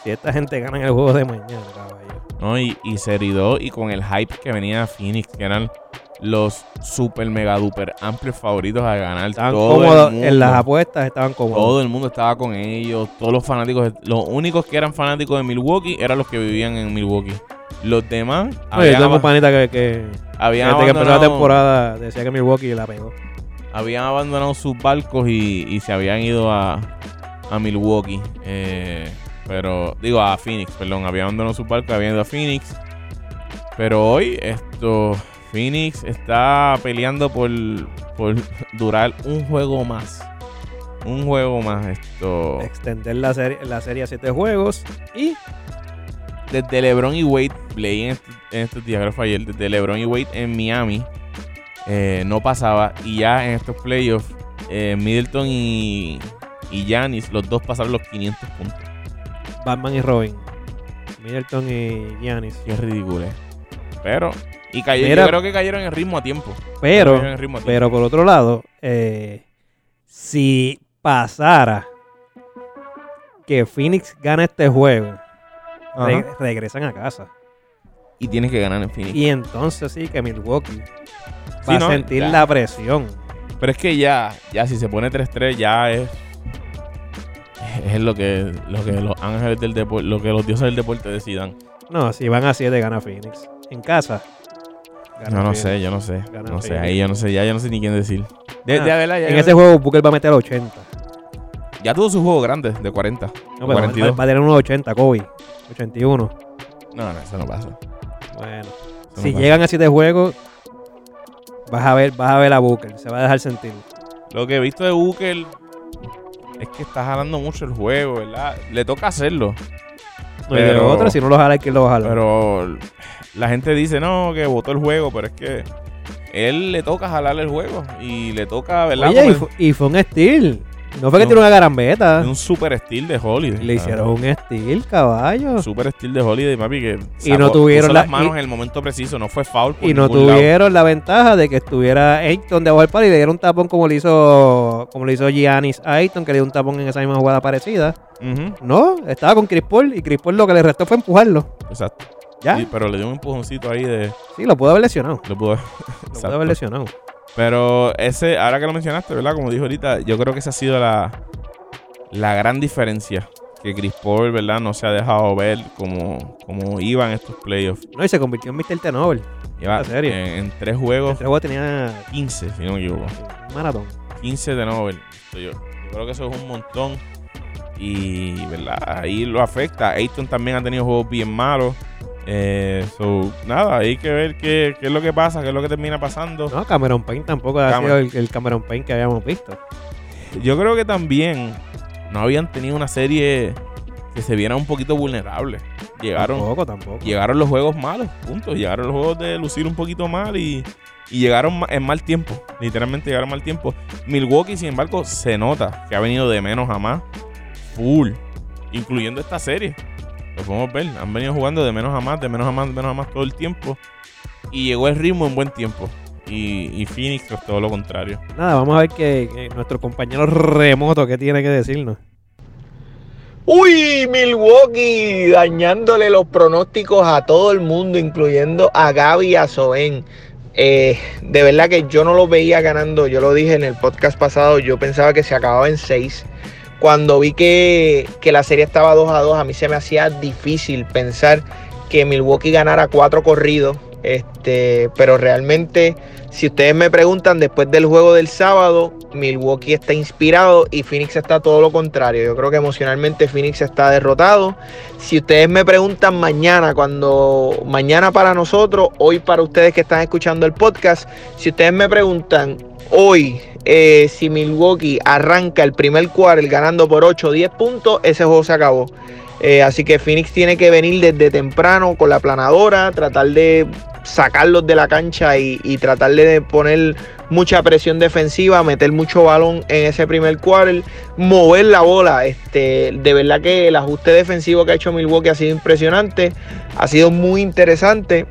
[SPEAKER 2] Si esta gente gana el juego de mañana, caballo.
[SPEAKER 1] ¿no? Y, y se heridó y con el hype que venía a Phoenix, que eran los super mega duper amplios favoritos a ganar.
[SPEAKER 2] Estaban
[SPEAKER 1] todo el
[SPEAKER 2] cómodos en
[SPEAKER 1] mundo.
[SPEAKER 2] las apuestas, estaban cómodos.
[SPEAKER 1] Todo el mundo estaba con ellos, todos los fanáticos, los únicos que eran fanáticos de Milwaukee eran los que vivían en Milwaukee. Los demás
[SPEAKER 2] Oye, yo
[SPEAKER 1] habían,
[SPEAKER 2] tengo un
[SPEAKER 1] aba-
[SPEAKER 2] panita que- que,
[SPEAKER 1] habían
[SPEAKER 2] Desde que empezó la
[SPEAKER 1] abandonado,
[SPEAKER 2] temporada decía que Milwaukee la pegó.
[SPEAKER 1] habían abandonado sus barcos y, y se habían ido a, a Milwaukee. Eh, pero, digo, a Phoenix, perdón, habían abandonado sus barcos, habían ido a Phoenix. Pero hoy, esto, Phoenix está peleando por, por durar un juego más. Un juego más, esto.
[SPEAKER 2] Extender la serie, la serie a siete juegos y
[SPEAKER 1] desde LeBron y Wade, leí en, est- en estos días, creo que fue ayer, desde LeBron y Wade en Miami, eh, no pasaba. Y ya en estos playoffs, eh, Middleton y, y Giannis, los dos pasaron los 500 puntos.
[SPEAKER 2] Batman y Robin. Middleton y Giannis.
[SPEAKER 1] Qué ridículo. eh. Pero, y cayeron,
[SPEAKER 2] Mira.
[SPEAKER 1] yo creo que cayeron en ritmo a tiempo. Cayeron
[SPEAKER 2] Pero,
[SPEAKER 1] en ritmo a tiempo.
[SPEAKER 2] pero por otro lado, eh, si pasara que Phoenix gana este juego,
[SPEAKER 1] Ajá.
[SPEAKER 2] re- regresan a casa.
[SPEAKER 1] y tienes que ganar en Phoenix.
[SPEAKER 2] Y entonces sí que Milwaukee
[SPEAKER 1] Sí,
[SPEAKER 2] va a
[SPEAKER 1] ¿no?
[SPEAKER 2] sentir
[SPEAKER 1] Ya.
[SPEAKER 2] la presión.
[SPEAKER 1] Pero es que ya, ya si se pone 3-3, ya es. Es lo que, lo que los ángeles del deporte, lo que los dioses del deporte decidan.
[SPEAKER 2] No, si van a siete, gana Phoenix. En casa. gana
[SPEAKER 1] Yo no
[SPEAKER 2] Phoenix.
[SPEAKER 1] sé, yo no sé.
[SPEAKER 2] Gana
[SPEAKER 1] No sé,
[SPEAKER 2] Phoenix.
[SPEAKER 1] ahí yo no sé, ya yo no sé ni quién decir. De,
[SPEAKER 2] Ah,
[SPEAKER 1] de verdad, ya,
[SPEAKER 2] En
[SPEAKER 1] yo-
[SPEAKER 2] ese juego Booker va a meter 80.
[SPEAKER 1] ya tuvo su juego grande, de 40.
[SPEAKER 2] No,
[SPEAKER 1] o
[SPEAKER 2] pero va-
[SPEAKER 1] 42.
[SPEAKER 2] Va, va a tener unos 80, Kobe. 81.
[SPEAKER 1] No, no, eso no pasa.
[SPEAKER 2] Bueno.
[SPEAKER 1] Eso no
[SPEAKER 2] Si
[SPEAKER 1] pasa.
[SPEAKER 2] llegan a 7 juegos, vas a ver, vas a ver a Booker. Se va a dejar sentir.
[SPEAKER 1] Lo que he visto de Booker es que está jalando mucho el juego, ¿verdad? Le toca hacerlo.
[SPEAKER 2] No hay de
[SPEAKER 1] Pero-
[SPEAKER 2] otra, si no lo jala, que lo jala.
[SPEAKER 1] Pero la gente dice, no, que votó el juego, pero es que él le toca jalar el juego y le toca, ¿verdad?
[SPEAKER 2] Oye, y
[SPEAKER 1] Como
[SPEAKER 2] fu- y, fue un steal. No fue que
[SPEAKER 1] No.
[SPEAKER 2] tiró una garambeta.
[SPEAKER 1] un super estilo de Holiday.
[SPEAKER 2] Le hicieron un steal, caballo.
[SPEAKER 1] un super estilo de Holiday, papi, que
[SPEAKER 2] Y no tuvieron
[SPEAKER 1] puso
[SPEAKER 2] la-
[SPEAKER 1] las manos
[SPEAKER 2] y-
[SPEAKER 1] en el momento preciso, no fue foul por
[SPEAKER 2] Y no
[SPEAKER 1] ningún lado.
[SPEAKER 2] tuvieron la ventaja de que estuviera Ayton debajo del palo y le dieron un tapón como le hizo como le hizo Giannis a Ayton, que le dio un tapón en esa misma jugada parecida.
[SPEAKER 1] Ujú,
[SPEAKER 2] No, estaba con Chris Paul y Chris Paul lo que le restó fue empujarlo.
[SPEAKER 1] Exacto.
[SPEAKER 2] Ya,
[SPEAKER 1] Sí, pero le dio un empujoncito ahí de
[SPEAKER 2] sí, lo pudo haber lesionado.
[SPEAKER 1] lo pudo-
[SPEAKER 2] Lo pudo
[SPEAKER 1] Exacto.
[SPEAKER 2] haber lesionado.
[SPEAKER 1] Pero ese, ahora que lo mencionaste, ¿verdad? Como dijo ahorita, yo creo que esa ha sido la, la gran diferencia. Que Chris Paul, ¿verdad? No se ha dejado ver como, como iban estos playoffs.
[SPEAKER 2] No, y se convirtió en Mr. Tenover.
[SPEAKER 1] Lleva
[SPEAKER 2] ¿En serio?
[SPEAKER 1] En, en tres
[SPEAKER 2] El
[SPEAKER 1] juegos,
[SPEAKER 2] juego tenía
[SPEAKER 1] 15, si no me equivoco.
[SPEAKER 2] un maratón.
[SPEAKER 1] 15 de Nobel. Yo, yo creo que eso es un montón. Y, ¿verdad? Ahí lo afecta. Ayton también ha tenido juegos bien malos. Eh, so, nada, hay que ver qué, qué es lo que pasa, qué es lo que termina pasando.
[SPEAKER 2] No, Cameron Payne tampoco ha
[SPEAKER 1] Cameron.
[SPEAKER 2] sido el, el Cameron Payne que habíamos visto.
[SPEAKER 1] Yo creo que también no habían tenido una serie que se viera un poquito vulnerable. Llegaron,
[SPEAKER 2] Tampoco, tampoco.
[SPEAKER 1] llegaron los juegos malos, punto. Llegaron los juegos de lucir un poquito mal y, y llegaron ma- en mal tiempo. Literalmente llegaron mal tiempo. Milwaukee, sin embargo, se nota que ha venido de menos a más. Full. Incluyendo esta serie. Lo podemos ver. Han venido jugando de menos a más, de menos a más, de menos a más todo el tiempo. Y llegó el ritmo en buen tiempo. Y, y Phoenix, pues, todo lo contrario.
[SPEAKER 2] Nada, vamos a ver que, que nuestro compañero remoto que tiene que decirnos.
[SPEAKER 3] Uy, Milwaukee dañándole los pronósticos a todo el mundo, incluyendo a Gaby y a Soen. Eh, de verdad que yo no lo veía ganando, yo lo dije en el podcast pasado, yo pensaba que se acababa en 6. Cuando vi que, que la serie estaba 2 a 2, a mí se me hacía difícil pensar que Milwaukee ganara cuatro corridos. Este, pero realmente, si ustedes me preguntan, después del juego del sábado, Milwaukee está inspirado y Phoenix está todo lo contrario. Yo creo que emocionalmente Phoenix está derrotado. Si ustedes me preguntan mañana, cuando mañana para nosotros, hoy para ustedes que están escuchando el podcast, si ustedes me preguntan hoy eh, si Milwaukee arranca el primer quarter ganando por 8 o 10 puntos, ese juego se acabó. Eh, así que Phoenix tiene que venir desde temprano con la planadora, tratar de sacarlos de la cancha y, y tratar de poner mucha presión defensiva, meter mucho balón en ese primer quarter, mover la bola. Este, de verdad que el ajuste defensivo que ha hecho Milwaukee ha sido impresionante, ha sido muy interesante.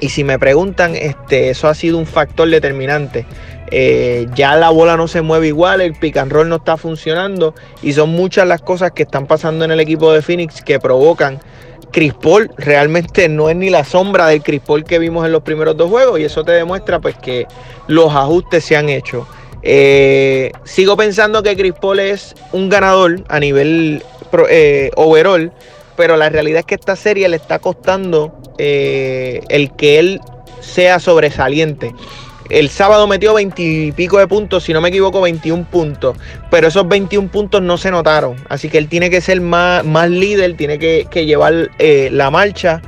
[SPEAKER 3] Y si me preguntan, este, eso ha sido un factor determinante. Eh, ya la bola no se mueve igual, el pick and roll no está funcionando y son muchas las cosas que están pasando en el equipo de Phoenix que provocan. Chris Paul realmente no es ni la sombra del Chris Paul que vimos en los primeros dos juegos y eso te demuestra pues que los ajustes se han hecho. Eh, sigo pensando que Chris Paul es un ganador a nivel pro- eh, overall, pero la realidad es que esta serie le está costando eh, el que él sea sobresaliente. El sábado metió 20 y pico de puntos, si no me equivoco, 21 puntos. Pero esos 21 puntos no se notaron. Así que él tiene que ser más, más líder, tiene que, que llevar eh, la marcha.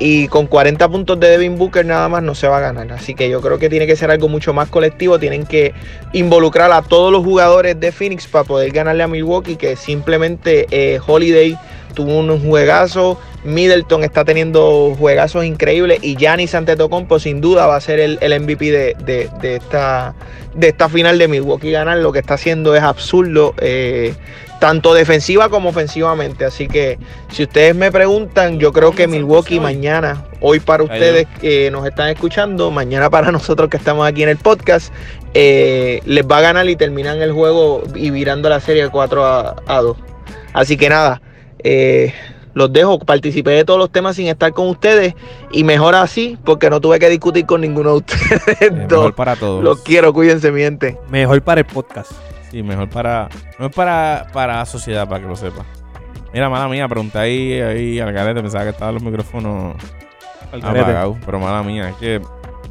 [SPEAKER 3] Y con 40 puntos de Devin Booker nada más no se va a ganar. Así que yo creo que tiene que ser algo mucho más colectivo. Tienen que involucrar a todos los jugadores de Phoenix para poder ganarle a Milwaukee. Que simplemente eh, Holiday tuvo un juegazo. Middleton está teniendo juegazos increíbles. Y Giannis Antetokounmpo sin duda va a ser el, el MVP de, de- de esta, de esta final de Milwaukee. Ganar lo que está haciendo es absurdo. eh, tanto defensiva como ofensivamente. Así que si ustedes me preguntan, yo creo que Milwaukee mañana, hoy para
[SPEAKER 1] Cayó.
[SPEAKER 3] ustedes que nos están escuchando, mañana para nosotros que estamos aquí en el podcast, eh, les va a ganar y terminan el juego y virando la serie 4 a, a 2. Así que nada, eh, los dejo, participé de todos los temas sin estar con ustedes y mejor así porque no tuve que discutir con ninguno de
[SPEAKER 1] Eh,
[SPEAKER 3] ustedes. dos.
[SPEAKER 1] mejor para todos.
[SPEAKER 3] Los quiero, cuídense mi gente.
[SPEAKER 2] Mejor para el podcast.
[SPEAKER 1] Sí, mejor para. No es para, para la sociedad, para que lo sepa. Mira, mala mía, pregunté ahí, ahí al garete, pensaba que estaban los micrófonos
[SPEAKER 2] Al garete.
[SPEAKER 1] apagados, pero mala mía, es que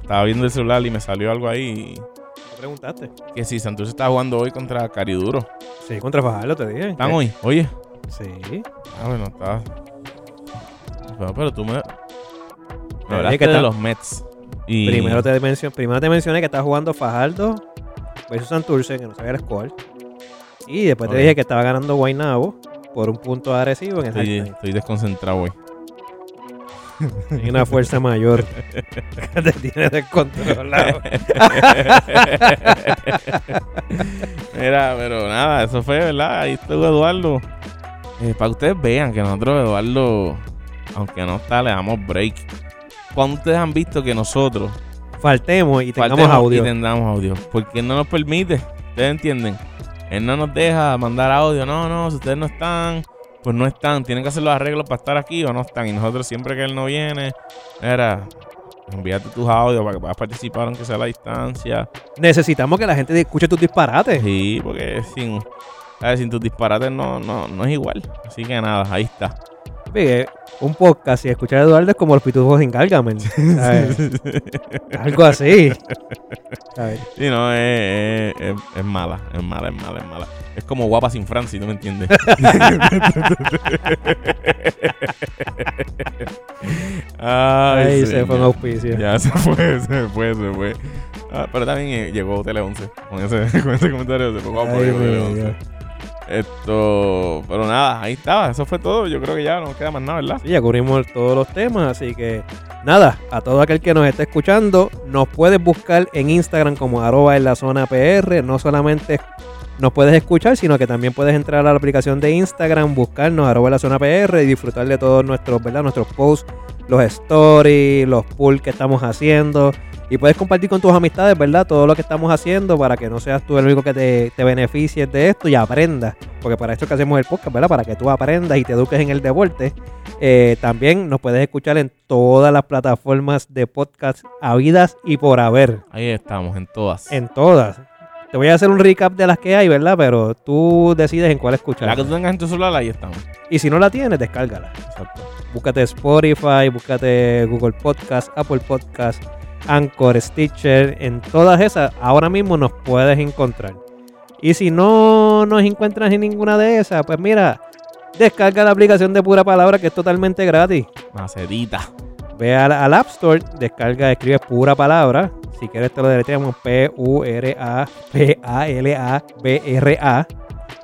[SPEAKER 1] estaba viendo el celular y me salió algo ahí.
[SPEAKER 2] ¿Qué preguntaste?
[SPEAKER 1] Que si Santurce está jugando hoy contra Cariduro.
[SPEAKER 2] Sí, contra Fajardo te dije.
[SPEAKER 1] ¿Están
[SPEAKER 2] ¿Qué?
[SPEAKER 1] hoy? Oye.
[SPEAKER 2] Sí.
[SPEAKER 1] Ah, bueno, está. Pero, pero tú me.
[SPEAKER 2] que
[SPEAKER 1] Me hablaste
[SPEAKER 2] está-
[SPEAKER 1] de los Mets. Y
[SPEAKER 2] Primero, te mencio- primero te mencioné que estaba jugando Fajardo versus Santurce, que no sabía el score. Y después
[SPEAKER 1] Ok.
[SPEAKER 2] te dije que estaba ganando Guaynabo por un punto agresivo en ese
[SPEAKER 1] Estoy, estoy desconcentrado hoy.
[SPEAKER 2] Hay una fuerza mayor que te tiene descontrolado.
[SPEAKER 1] Mira, pero nada, eso fue, ¿verdad? Ahí estuvo Eduardo. Eh, para que ustedes vean que nosotros, Eduardo, aunque no está, le damos break. Cuando ustedes han visto que nosotros
[SPEAKER 2] Faltemos y tengamos
[SPEAKER 1] faltemos
[SPEAKER 2] audio.
[SPEAKER 1] y tengamos audio, porque él no nos permite, ustedes entienden. Él no nos deja mandar audio, no, no, si ustedes no están, pues no están, tienen que hacer los arreglos para estar aquí o no están. Y nosotros siempre que él no viene, era, envíate tus audios para que puedas participar aunque sea a la distancia.
[SPEAKER 2] Necesitamos que la gente escuche tus disparates.
[SPEAKER 1] Sí, porque sin, ¿sabes? sin tus disparates no, no, no es igual. Así que nada, ahí está.
[SPEAKER 2] Oye, Un podcast y escuchar a Eduardo es como los pitufos en Gargamel. ¿sabes? Algo así. ¿Sabes?
[SPEAKER 1] Sí, no, es, es- es- es mala, es mala, es mala, es mala. Es como guapa sin Francis, ¿tú me entiendes? Ay,
[SPEAKER 2] Ahí se fue un
[SPEAKER 1] señor.
[SPEAKER 2] auspicio.
[SPEAKER 1] Ya se fue, se fue, se fue. Ah, pero también eh, llegó Tele 11 con ese, con ese comentario. Se fue guapo,
[SPEAKER 2] Ay,
[SPEAKER 1] llegó Tele
[SPEAKER 2] mi
[SPEAKER 1] 11.
[SPEAKER 2] Dios.
[SPEAKER 1] Esto, pero nada, ahí estaba. Eso fue todo. Yo creo que ya no queda más nada, ¿verdad?
[SPEAKER 2] Sí, ya cubrimos todos los temas, así que nada, a todo aquel que nos esté escuchando, nos puedes buscar en Instagram como arroba en la zona PR, no solamente nos puedes escuchar, sino que también puedes entrar a la aplicación de Instagram, buscarnos arroba en la zona PR y disfrutar de todos nuestros, ¿verdad? Nuestros posts, los stories, los pulls que estamos haciendo. Y puedes compartir con tus amistades, ¿verdad? Todo lo que estamos haciendo para que no seas tú el único que te, te beneficies de esto y aprendas. Porque para esto es que hacemos el podcast, ¿verdad? Para que tú aprendas y te eduques en el deporte. Eh, también nos puedes escuchar en todas las plataformas de podcast habidas y por haber.
[SPEAKER 1] Ahí estamos, en todas.
[SPEAKER 2] En todas. Te voy a hacer un recap de las que hay, ¿verdad? Pero tú decides en cuál
[SPEAKER 1] La que
[SPEAKER 2] escuchar.
[SPEAKER 1] tú tengas en tu celular, ahí estamos.
[SPEAKER 2] Y si no la tienes, descárgala.
[SPEAKER 1] Exacto.
[SPEAKER 2] Búscate Spotify, búscate Google Podcast, Apple Podcast, Anchor, Stitcher. En todas esas, ahora mismo nos puedes encontrar. Y si no nos encuentras en ninguna de esas, pues mira, descarga la aplicación de pura palabra que es totalmente gratis.
[SPEAKER 1] Macetita.
[SPEAKER 2] Ve al, al App Store, descarga, escribe pura palabra. Si quieres te lo deletreamos P-U-R-A-P-A-L-A-B-R-A.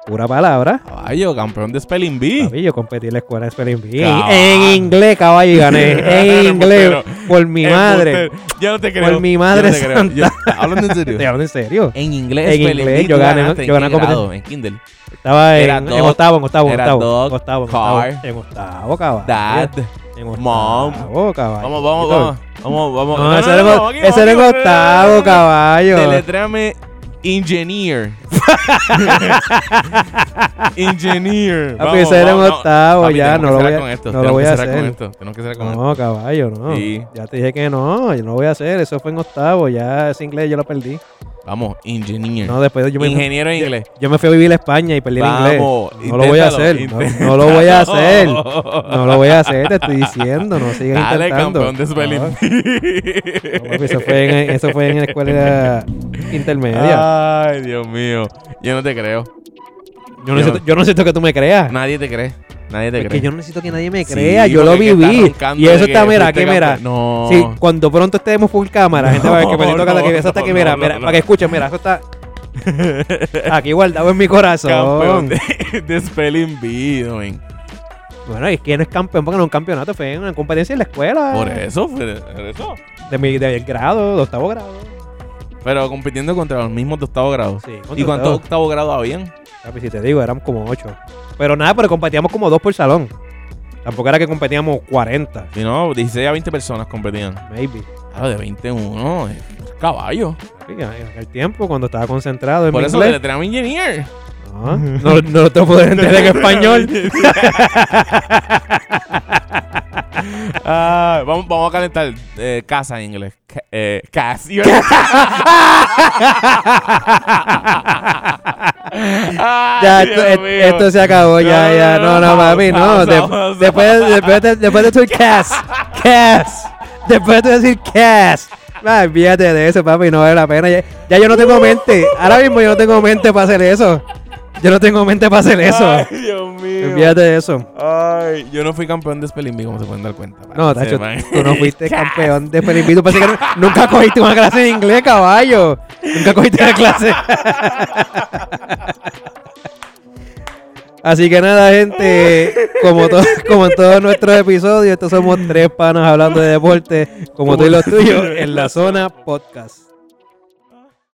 [SPEAKER 2] Pura palabra.
[SPEAKER 1] Caballo, campeón de Spelling Bee.
[SPEAKER 2] Papi, yo competí en la escuela de Spelling Bee. En,
[SPEAKER 1] Cabrón.
[SPEAKER 2] en inglés, caballo, y gané. En inglés.
[SPEAKER 1] Embustero.
[SPEAKER 2] Por mi madre.
[SPEAKER 1] Embuster. Eh, Yo no te creo.
[SPEAKER 2] Por mi
[SPEAKER 1] Yo
[SPEAKER 2] madre
[SPEAKER 1] no te creo.
[SPEAKER 2] santa.
[SPEAKER 1] Yo- Hablando en
[SPEAKER 2] Te
[SPEAKER 1] serio.
[SPEAKER 2] hablo en serio.
[SPEAKER 1] En inglés,
[SPEAKER 2] En
[SPEAKER 1] Spelling
[SPEAKER 2] inglés,
[SPEAKER 1] Bee,
[SPEAKER 2] yo
[SPEAKER 1] tú
[SPEAKER 2] gané,
[SPEAKER 1] ganaste,
[SPEAKER 2] yo
[SPEAKER 1] ¿en
[SPEAKER 2] gané
[SPEAKER 1] qué grado? En
[SPEAKER 2] competencia.
[SPEAKER 1] Kindle.
[SPEAKER 2] Estaba en,
[SPEAKER 1] Era
[SPEAKER 2] en
[SPEAKER 1] dog,
[SPEAKER 2] octavo, en octavo, en
[SPEAKER 1] era
[SPEAKER 2] octavo.
[SPEAKER 1] dog,
[SPEAKER 2] en octavo, en
[SPEAKER 1] car,
[SPEAKER 2] octavo. En octavo, caballo.
[SPEAKER 1] Dad.
[SPEAKER 2] En octavo,
[SPEAKER 1] mom.
[SPEAKER 2] caballo.
[SPEAKER 1] Vamos, vamos, vamos. Vamos, vamos.
[SPEAKER 2] No, ese era en o- ese era en octavo, caballo.
[SPEAKER 1] Teletráme Engineer. Engineer.
[SPEAKER 2] Papi, ese era en
[SPEAKER 1] vamos, no.
[SPEAKER 2] octavo,
[SPEAKER 1] Papi,
[SPEAKER 2] ya,
[SPEAKER 1] tenemos que
[SPEAKER 2] no lo
[SPEAKER 1] cerrar
[SPEAKER 2] voy a-
[SPEAKER 1] con esto,
[SPEAKER 2] no lo
[SPEAKER 1] tenemos
[SPEAKER 2] voy
[SPEAKER 1] que
[SPEAKER 2] a
[SPEAKER 1] cerrar
[SPEAKER 2] hacer.
[SPEAKER 1] Con esto. Tenemos que cerrar con esto.
[SPEAKER 2] No, caballo, no.
[SPEAKER 1] Sí.
[SPEAKER 2] Ya te dije que no, yo no voy a hacer. Eso fue en octavo, ya ese inglés yo lo perdí.
[SPEAKER 1] Vamos, Engineer.
[SPEAKER 2] No, después yo me,
[SPEAKER 1] Ingeniero en inglés.
[SPEAKER 2] yo me fui a vivir a España y perdí el inglés.
[SPEAKER 1] Vamos,
[SPEAKER 2] No lo voy a hacer, no-
[SPEAKER 1] inténtalo,
[SPEAKER 2] no lo voy a hacer.
[SPEAKER 1] inténtalo.
[SPEAKER 2] No lo voy a hacer, te estoy diciendo, no sigas
[SPEAKER 1] Dale,
[SPEAKER 2] intentando.
[SPEAKER 1] campeón de spelling.
[SPEAKER 2] No, no, papi, eso, fue en, eso fue en la escuela intermedia.
[SPEAKER 1] Ay, Dios mío. Yo no te creo.
[SPEAKER 2] yo, necesito, yo necesito que tú me creas.
[SPEAKER 1] Nadie te cree. Nadie te
[SPEAKER 2] Porque
[SPEAKER 1] cree.
[SPEAKER 2] yo no necesito que nadie me
[SPEAKER 1] Sí,
[SPEAKER 2] crea, yo lo
[SPEAKER 1] porque está
[SPEAKER 2] viví.
[SPEAKER 1] roncando
[SPEAKER 2] Y
[SPEAKER 1] de
[SPEAKER 2] eso
[SPEAKER 1] que
[SPEAKER 2] está, mira,
[SPEAKER 1] fuiste
[SPEAKER 2] que mira.
[SPEAKER 1] campeón. No.
[SPEAKER 2] Sí, cuando pronto estemos full cámara, la gente va a ver que
[SPEAKER 1] No,
[SPEAKER 2] Benito Cata-
[SPEAKER 1] no,
[SPEAKER 2] que eso está aquí,
[SPEAKER 1] no,
[SPEAKER 2] mira,
[SPEAKER 1] no,
[SPEAKER 2] mira,
[SPEAKER 1] no.
[SPEAKER 2] para que escuchen, mira, eso está aquí guardado en mi
[SPEAKER 1] Campeón
[SPEAKER 2] corazón.
[SPEAKER 1] de, de Spelling Bee, no, men.
[SPEAKER 2] Bueno, y es que no es campeón porque no es un campeonato, fue una competencia en la escuela.
[SPEAKER 1] Por eso, por eso.
[SPEAKER 2] De mi de grado, de octavo grado.
[SPEAKER 1] Pero compitiendo contra los mismos de octavo grado.
[SPEAKER 2] Sí,
[SPEAKER 1] ¿Y cuántos octavo grado habían?
[SPEAKER 2] Papi, si te digo, éramos como ocho. Pero nada, pero competíamos como dos por salón. Tampoco era que competíamos 40,
[SPEAKER 1] Si no, 16 a 20 personas competían.
[SPEAKER 2] maybe.
[SPEAKER 1] Claro, de 21. es Caballo.
[SPEAKER 2] Papi, en aquel tiempo, cuando estaba concentrado en
[SPEAKER 1] Por
[SPEAKER 2] mi
[SPEAKER 1] eso
[SPEAKER 2] inglés,
[SPEAKER 1] le trae Engineer.
[SPEAKER 2] No, no, no te puedo entender en español.
[SPEAKER 1] Ah, vamos, vamos a calentar eh, casa en inglés. Ca- eh, cas. Ay,
[SPEAKER 2] ya,
[SPEAKER 1] Dios
[SPEAKER 2] esto, et-
[SPEAKER 1] mío.
[SPEAKER 2] esto se acabó, ya,
[SPEAKER 1] No,
[SPEAKER 2] ya. No, no, mami, no.
[SPEAKER 1] pausa,
[SPEAKER 2] de-
[SPEAKER 1] pausa.
[SPEAKER 2] después, después, de, después de tu cast, cast. Después de decir cast. Ay, fíjate de eso, papi, no vale la pena. Ya, ya yo no tengo mente. Ahora mismo yo no tengo mente para hacer eso. Yo no tengo mente para hacer eso.
[SPEAKER 1] Ay, Dios mío.
[SPEAKER 2] Fíjate de eso.
[SPEAKER 1] Ay, yo no fui campeón de Spelling Bee, como se pueden dar cuenta. para
[SPEAKER 2] No,
[SPEAKER 1] que
[SPEAKER 2] Tacho,
[SPEAKER 1] sepan.
[SPEAKER 2] tú no fuiste campeón de Felipe. Tú pensé que nu- nunca cogiste una clase de inglés, caballo. Nunca cogiste una clase. Así que nada, gente, como, to- como en todos nuestros episodios, estos somos tres panas hablando de deporte, como tú y los tuyos, en la zona podcast.